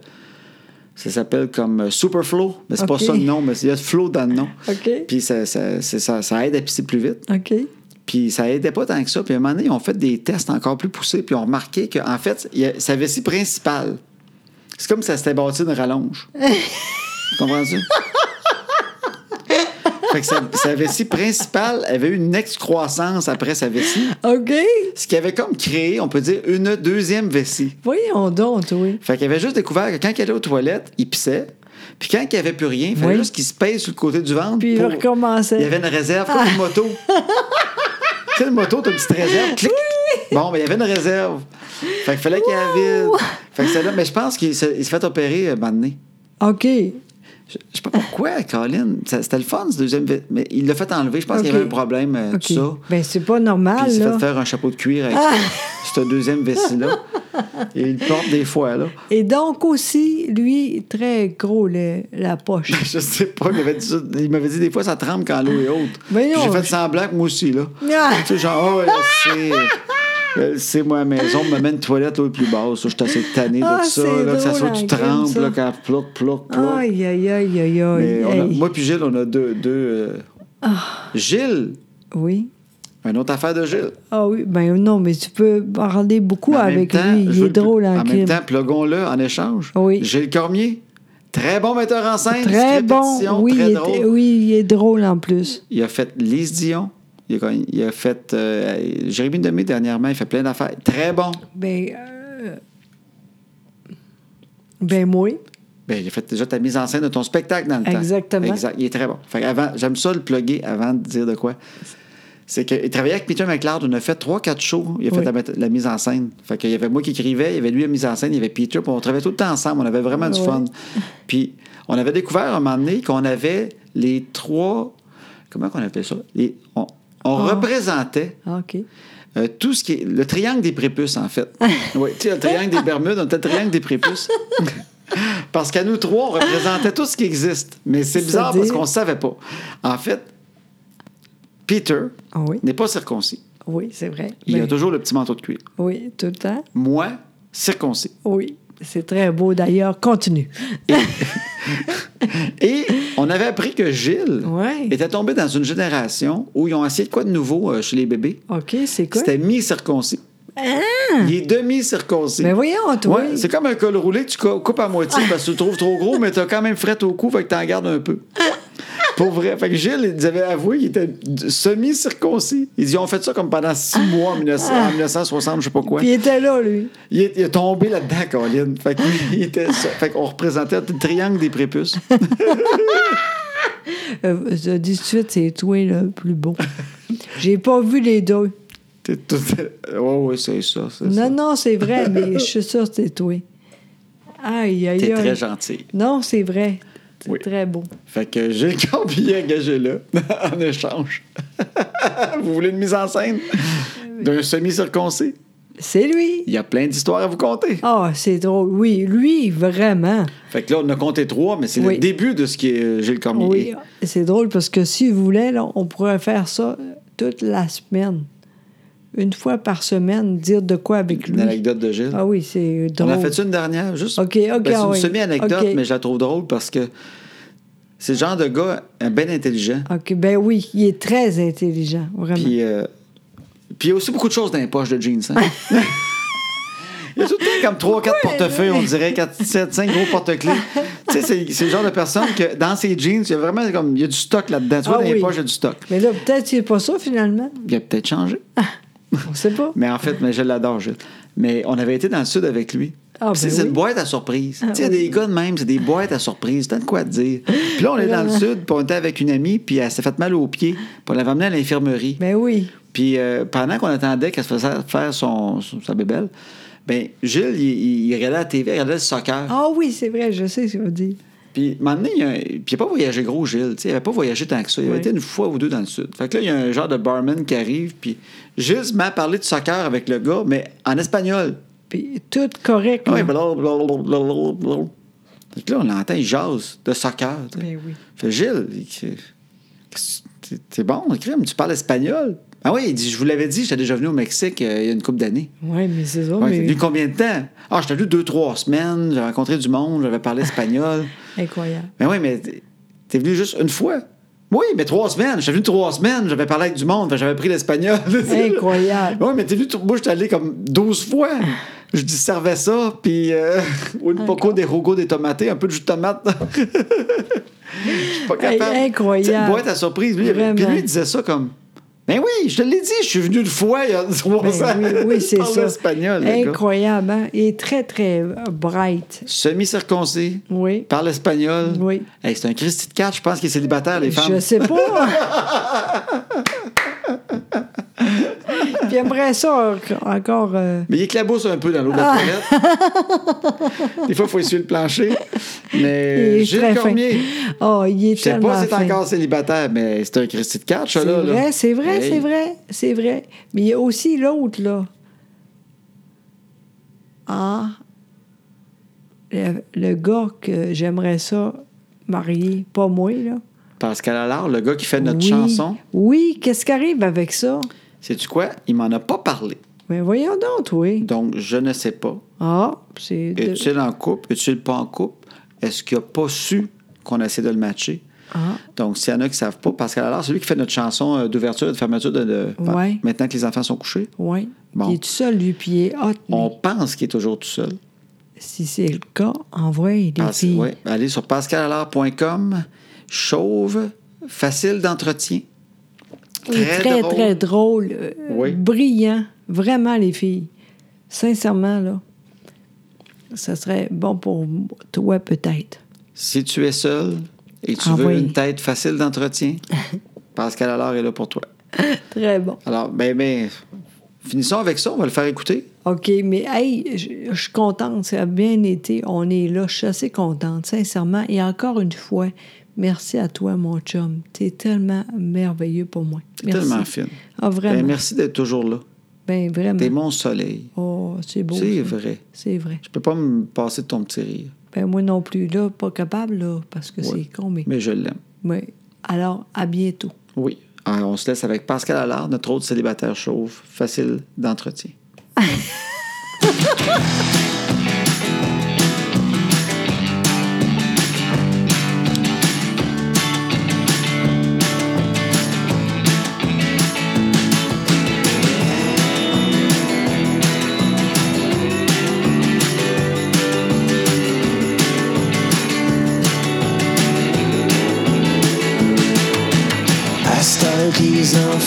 S1: ça s'appelle comme euh, Superflow. Mais c'est pas
S2: OK.
S1: ça le nom, mais il y a flow dans le nom.
S2: OK.
S1: Puis ça- ça- c'est- ça- ça aide à pisser plus vite.
S2: OK.
S1: Puis ça aidait pas tant que ça. Puis à un moment donné, ils ont fait des tests encore plus poussés, puis ils ont remarqué qu'en fait, il y a- sa vessie principale, c'est comme si ça s'était bâti une rallonge. tu comprends ça? fait que sa, sa vessie principale avait eu une excroissance après sa vessie,
S2: OK.
S1: ce qui avait comme créé, on peut dire, une deuxième vessie.
S2: Voyons donc, oui.
S1: Fait qu'il avait juste découvert que quand il allait aux toilettes, il pissait. Puis quand il n'y avait plus rien, il fallait
S2: Oui.
S1: juste qu'il se pèse sur le côté du ventre.
S2: Puis il
S1: pour-
S2: recommençait.
S1: il y avait une réserve, comme une moto. tu sais, une moto, t'as une petite réserve. clic. Bon, mais il y avait une réserve. Fait qu'il fallait qu'il y ait vide. Fait que c'est là, mais je pense qu'il se, il se fait opérer euh, un moment donné.
S2: OK.
S1: Je, je sais pas pourquoi, Colin. Ça- C'était le fun, ce deuxième. vi- Mais il l'a fait enlever. Je pense qu'il y
S2: Ok.
S1: avait un problème, euh,
S2: OK. Ah!
S1: tout ça.
S2: Ben, c'est pas
S1: Puis
S2: normal,
S1: il s'est
S2: là.
S1: fait faire un chapeau de cuir avec ce deuxième vessie-là. Et il le porte des fois, là.
S2: Et donc aussi, lui, très gros, le- la poche.
S1: Je sais pas, il m'avait dit, ça- il m'avait dit des fois ça tremble quand l'eau est haute.
S2: Mais non,
S1: Puis J'ai fait
S2: je-
S1: semblant que moi aussi, là.
S2: Ah!
S1: Tu sais, genre, oh, là, c'est. là, C'est moi, à la maison, on me met une toilette l'eau est plus basse. Je suis assez tanné de
S2: Ah,
S1: ça,
S2: c'est
S1: là, que ça
S2: drôle,
S1: soit du
S2: hein,
S1: tremble,
S2: comme ça.
S1: là, quand plouc, plouc, plouc.
S2: aïe, aïe, aïe, aïe, aïe. Ah.
S1: Mais on a-
S2: Hey.
S1: moi puis Gilles, on a deux. deux euh, Gilles,
S2: Oui.
S1: une autre affaire de Gilles.
S2: Ah oui, ben non, mais tu peux parler beaucoup
S1: Mais en même
S2: avec
S1: temps,
S2: lui.
S1: je
S2: Il
S1: veux
S2: est
S1: le pl-
S2: drôle hein, en,
S1: En même
S2: crime.
S1: temps, plugons-le en échange.
S2: Oui.
S1: Gilles Cormier, très bon metteur en scène.
S2: Très
S1: script
S2: bon.
S1: édition,
S2: Oui,
S1: très
S2: il
S1: drôle.
S2: est, oui, il est drôle en plus.
S1: Il a fait Lise Dion. Il a, con- il a fait euh, Jérémy Demé dernièrement. Il fait plein d'affaires. Très bon.
S2: Ben. euh, Ben, moi.
S1: Ben, il a fait déjà ta mise en scène de ton spectacle dans le temps.
S2: Exactement.
S1: Exact. Il est très bon. Fait que avant, j'aime ça le plugger avant de dire de quoi. C'est qu'il travaillait avec Peter McLeod. On a fait trois, quatre shows. Il a fait
S2: Oui.
S1: la, met- la mise en scène. Fait qu'il y avait moi qui écrivais, il y avait lui la mise en scène, il y avait Peter. Puis on travaillait tout le temps ensemble. On avait vraiment du
S2: Ouais.
S1: fun. Puis on avait découvert à un moment donné qu'on avait les trois. Comment qu'on appelle ça? Les- on on représentait
S2: Ah, OK.
S1: euh, tout ce qui est. Le triangle des prépuces, en fait. Oui, tu sais, le triangle des Bermudes, on était le triangle des prépuces. parce qu'à nous trois, on représentait tout ce qui existe. Mais c'est bizarre parce
S2: C'est-à-dire?
S1: qu'on ne savait pas. En fait, Peter
S2: Ah oui.
S1: n'est pas circoncis.
S2: Oui, c'est vrai.
S1: Il a
S2: Ben,
S1: toujours le petit manteau de cuir.
S2: Oui, tout le temps.
S1: Moi, circoncis.
S2: Oui. C'est très beau d'ailleurs. Continue.
S1: Et on avait appris que Gilles
S2: Ouais.
S1: était tombé dans une génération où ils ont essayé de quoi de nouveau euh, chez les bébés.
S2: OK, c'est quoi? Ah!
S1: C'était mi-circoncis. Il est demi-circoncis.
S2: Mais Ben, voyons, toi.
S1: Ouais, c'est comme un col
S2: Ah.
S1: roulé que tu cou- coupes à moitié parce que tu le trouves trop gros, mais tu as quand même fret au cou, fait que tu en gardes un peu. Pour vrai. Fait que Gilles, il avait avoué qu'il était semi-circoncis. Ils dit, on fait ça comme pendant six mois en, 1900 en 1960, je sais pas quoi.
S2: Ah. Puis il était là, lui.
S1: Il est, il est tombé là-dedans, Colin. Fait qu'il était ça. Fait qu'on représentait le triangle des prépuces.
S2: Euh, je dis tout de suite, c'est toi le plus beau. J'ai pas vu les deux.
S1: T'es tout... Ouais, ouais, c'est ça. c'est
S2: Non,
S1: ça.
S2: non, c'est vrai, mais je suis sûre que c'est toi. Aïe, aïe, aïe.
S1: T'es très gentil.
S2: Non, c'est vrai. C'est
S1: Oui.
S2: très beau.
S1: Fait que Gilles Corbier engagé là, en échange. vous voulez une mise en scène
S2: Ah
S1: d'un semi-circoncis?
S2: C'est lui.
S1: Il y a plein d'histoires à vous conter.
S2: Ah, c'est drôle. Oui, lui, vraiment.
S1: Fait que là, on a compté trois, mais c'est
S2: Oui.
S1: le début de ce qui est euh, Gilles Cormier.
S2: Oui, c'est drôle parce que si vous voulez, là, on pourrait faire ça toute la semaine. Une fois par semaine, dire de quoi avec
S1: Une
S2: lui.
S1: anecdote de Gilles.
S2: Ah oui, c'est
S1: on
S2: drôle.
S1: a fait une dernière, juste.
S2: OK, OK,
S1: Ben, c'est
S2: ah
S1: une
S2: oui.
S1: semi-anecdote,
S2: OK.
S1: mais je la trouve drôle parce que c'est le genre de gars euh, ben intelligent.
S2: OK, ben oui, il est très intelligent, vraiment.
S1: Puis, euh, puis il y a aussi beaucoup de choses dans les poches de jeans. hein. il y a tout le temps comme 3 4 portefeuilles, on dirait 4 7 5 gros porte-clés. tu sais c'est c'est le genre de personne que dans ses jeans, il y a vraiment comme il y a du stock là-dedans. Tu vois
S2: Ah
S1: dans les
S2: oui.
S1: poches, il y a du stock.
S2: Mais là, peut-être qu'il n'est pas ça, finalement.
S1: Il a peut-être changé.
S2: On sait pas.
S1: Mais en fait, mais je l'adore, Gilles. Mais on avait été dans le sud avec lui.
S2: Ah,
S1: Puis c'est
S2: ben
S1: c'est
S2: oui.
S1: une boîte à surprise.
S2: Ah,
S1: tu sais, il y a
S2: oui.
S1: des gars de même, c'est des boîtes à surprise. T'as de quoi te dire. Puis là, on est dans le sud, puis on était avec une amie, puis elle s'est fait mal aux pieds, puis on l'avait amenée à l'infirmerie.
S2: Ben oui.
S1: Puis euh, pendant qu'on attendait qu'elle se faisait faire son, son- sa bébelle, ben Gilles, il, il- il regardait la TV, il regardait le soccer.
S2: Ah oui, c'est vrai, je sais ce qu'on dit.
S1: Puis maintenant, il y a, un- puis il a pas voyagé gros, Gilles. tu sais, Il n'avait pas voyagé tant que ça. Il avait
S2: Oui.
S1: été une fois ou deux dans le sud. Fait que là, il y a un genre de barman qui arrive. Puis Gilles se met à parler de soccer avec le gars, mais en espagnol.
S2: Puis tout correct.
S1: Ah Ouais,
S2: là.
S1: blablabla, blablabla. Fait que là, on l'entend, il jase de soccer. tu sais.
S2: Ben oui.
S1: Fait Gilles, il- qu'est-ce que- t'es- t'es bon, crime, tu parles espagnol. Ah oui, il dit, je vous l'avais dit, j'étais déjà venu au Mexique euh, il y a une couple d'années.
S2: Oui, mais c'est ça.
S1: Ouais, t'es
S2: mais-
S1: venu combien de temps? Ah, j'étais venu deux, trois semaines, j'ai rencontré du monde, j'avais parlé espagnol.
S2: Incroyable.
S1: mais Ben oui, mais t'es- t'es venu juste une fois. Oui, mais trois semaines. J'étais venu trois semaines, j'avais parlé avec du monde, fait que j'avais pris l'espagnol.
S2: Incroyable.
S1: Oui, mais t'es venu, moi, j'étais allé comme 12 fois. Je disservais ça, puis euh, un poco des rogo des tomates, un peu de jus de tomate. Je suis pas
S2: Hey,
S1: capable.
S2: incroyable.
S1: Tu sais, Une boîte à surprise. Lui, il avait- puis
S2: Vraiment.
S1: lui, il disait ça comme. Ben oui, je te l'ai dit, je suis venu une fois il y a trois
S2: Ben
S1: ans.
S2: oui, oui, c'est
S1: Il parlait
S2: ça.
S1: espagnol, le gars.
S2: Incroyable, hein? Il est très, très euh, bright.
S1: Semi-circoncis.
S2: Oui.
S1: Parle espagnol.
S2: Oui.
S1: Hey, c'est un Christy de 4, je pense qu'il est célibataire, les femmes.
S2: Je sais pas. Puis après ça, en- encore. euh,
S1: Mais il éclabousse un peu dans l'eau de
S2: Ah.
S1: la toilette. Des fois, il faut essuyer le plancher. Mais
S2: il est
S1: Euh, Gilles
S2: très fin.
S1: Cormier,
S2: Oh, il est
S1: je sais pas
S2: tellement
S1: si t'es
S2: fin.
S1: encore célibataire, mais c'est un Christy de 4,
S2: C'est
S1: là. là.
S2: vrai, c'est vrai,
S1: Hey,
S2: c'est vrai, c'est vrai. Mais il y a aussi l'autre, là. Ah. Le, le gars que j'aimerais ça marier, pas moi, là.
S1: Pascal Allard, le gars qui fait notre
S2: Oui.
S1: chanson,
S2: Oui, qu'est-ce qui arrive avec ça?
S1: sais-tu quoi? Il m'en a pas parlé.
S2: Mais voyons donc, oui.
S1: Donc, je ne sais pas.
S2: Ah, c'est. de-
S1: Est-il en couple? Est-il pas en couple? Est-ce qu'il a pas su qu'on essaie de le matcher?
S2: Ah,
S1: Donc, s'il y en a qui ne savent pas, Pascal Allard, c'est lui qui fait notre chanson euh, d'ouverture et de fermeture de, de-
S2: Ouais.
S1: maintenant que les enfants sont couchés.
S2: oui.
S1: Bon.
S2: Il est tout seul, lui, puis il est hot. lui.
S1: On pense qu'il est toujours tout seul.
S2: Si c'est le cas, envoyez des
S1: Pas-
S2: filles.
S1: Ah, ouais, allez sur pascalallard.com, chauve, facile d'entretien.
S2: Il est très, très drôle. euh,
S1: Oui.
S2: Brillant. Vraiment, les filles. Sincèrement, là. Ça serait bon pour toi, peut-être.
S1: Si tu es seul et que tu
S2: Ah
S1: veux
S2: oui.
S1: une tête facile d'entretien, Pascal Allard est là pour toi.
S2: Très bon.
S1: Alors, ben, ben, finissons avec ça, on va le faire écouter.
S2: OK, mais hey, je je suis contente. Ça a bien été. On est là. Je suis assez contente, sincèrement. Et encore une fois, merci à toi, mon chum. T'es tellement merveilleux pour moi.
S1: C'est
S2: Merci.
S1: tellement fine.
S2: Ah, vraiment.
S1: Ben, merci d'être toujours là.
S2: Ben, vraiment.
S1: T'es mon soleil.
S2: Oh, c'est beau.
S1: C'est
S2: ça.
S1: vrai.
S2: C'est vrai.
S1: Je peux pas me passer de ton petit rire,
S2: Ben, moi non plus, là, pas capable, là, parce que c'est con, mais...
S1: mais je l'aime.
S2: Oui. Alors, à bientôt.
S1: Oui. Alors, on se laisse avec Pascal Allard, notre autre célibataire chauve, facile d'entretien.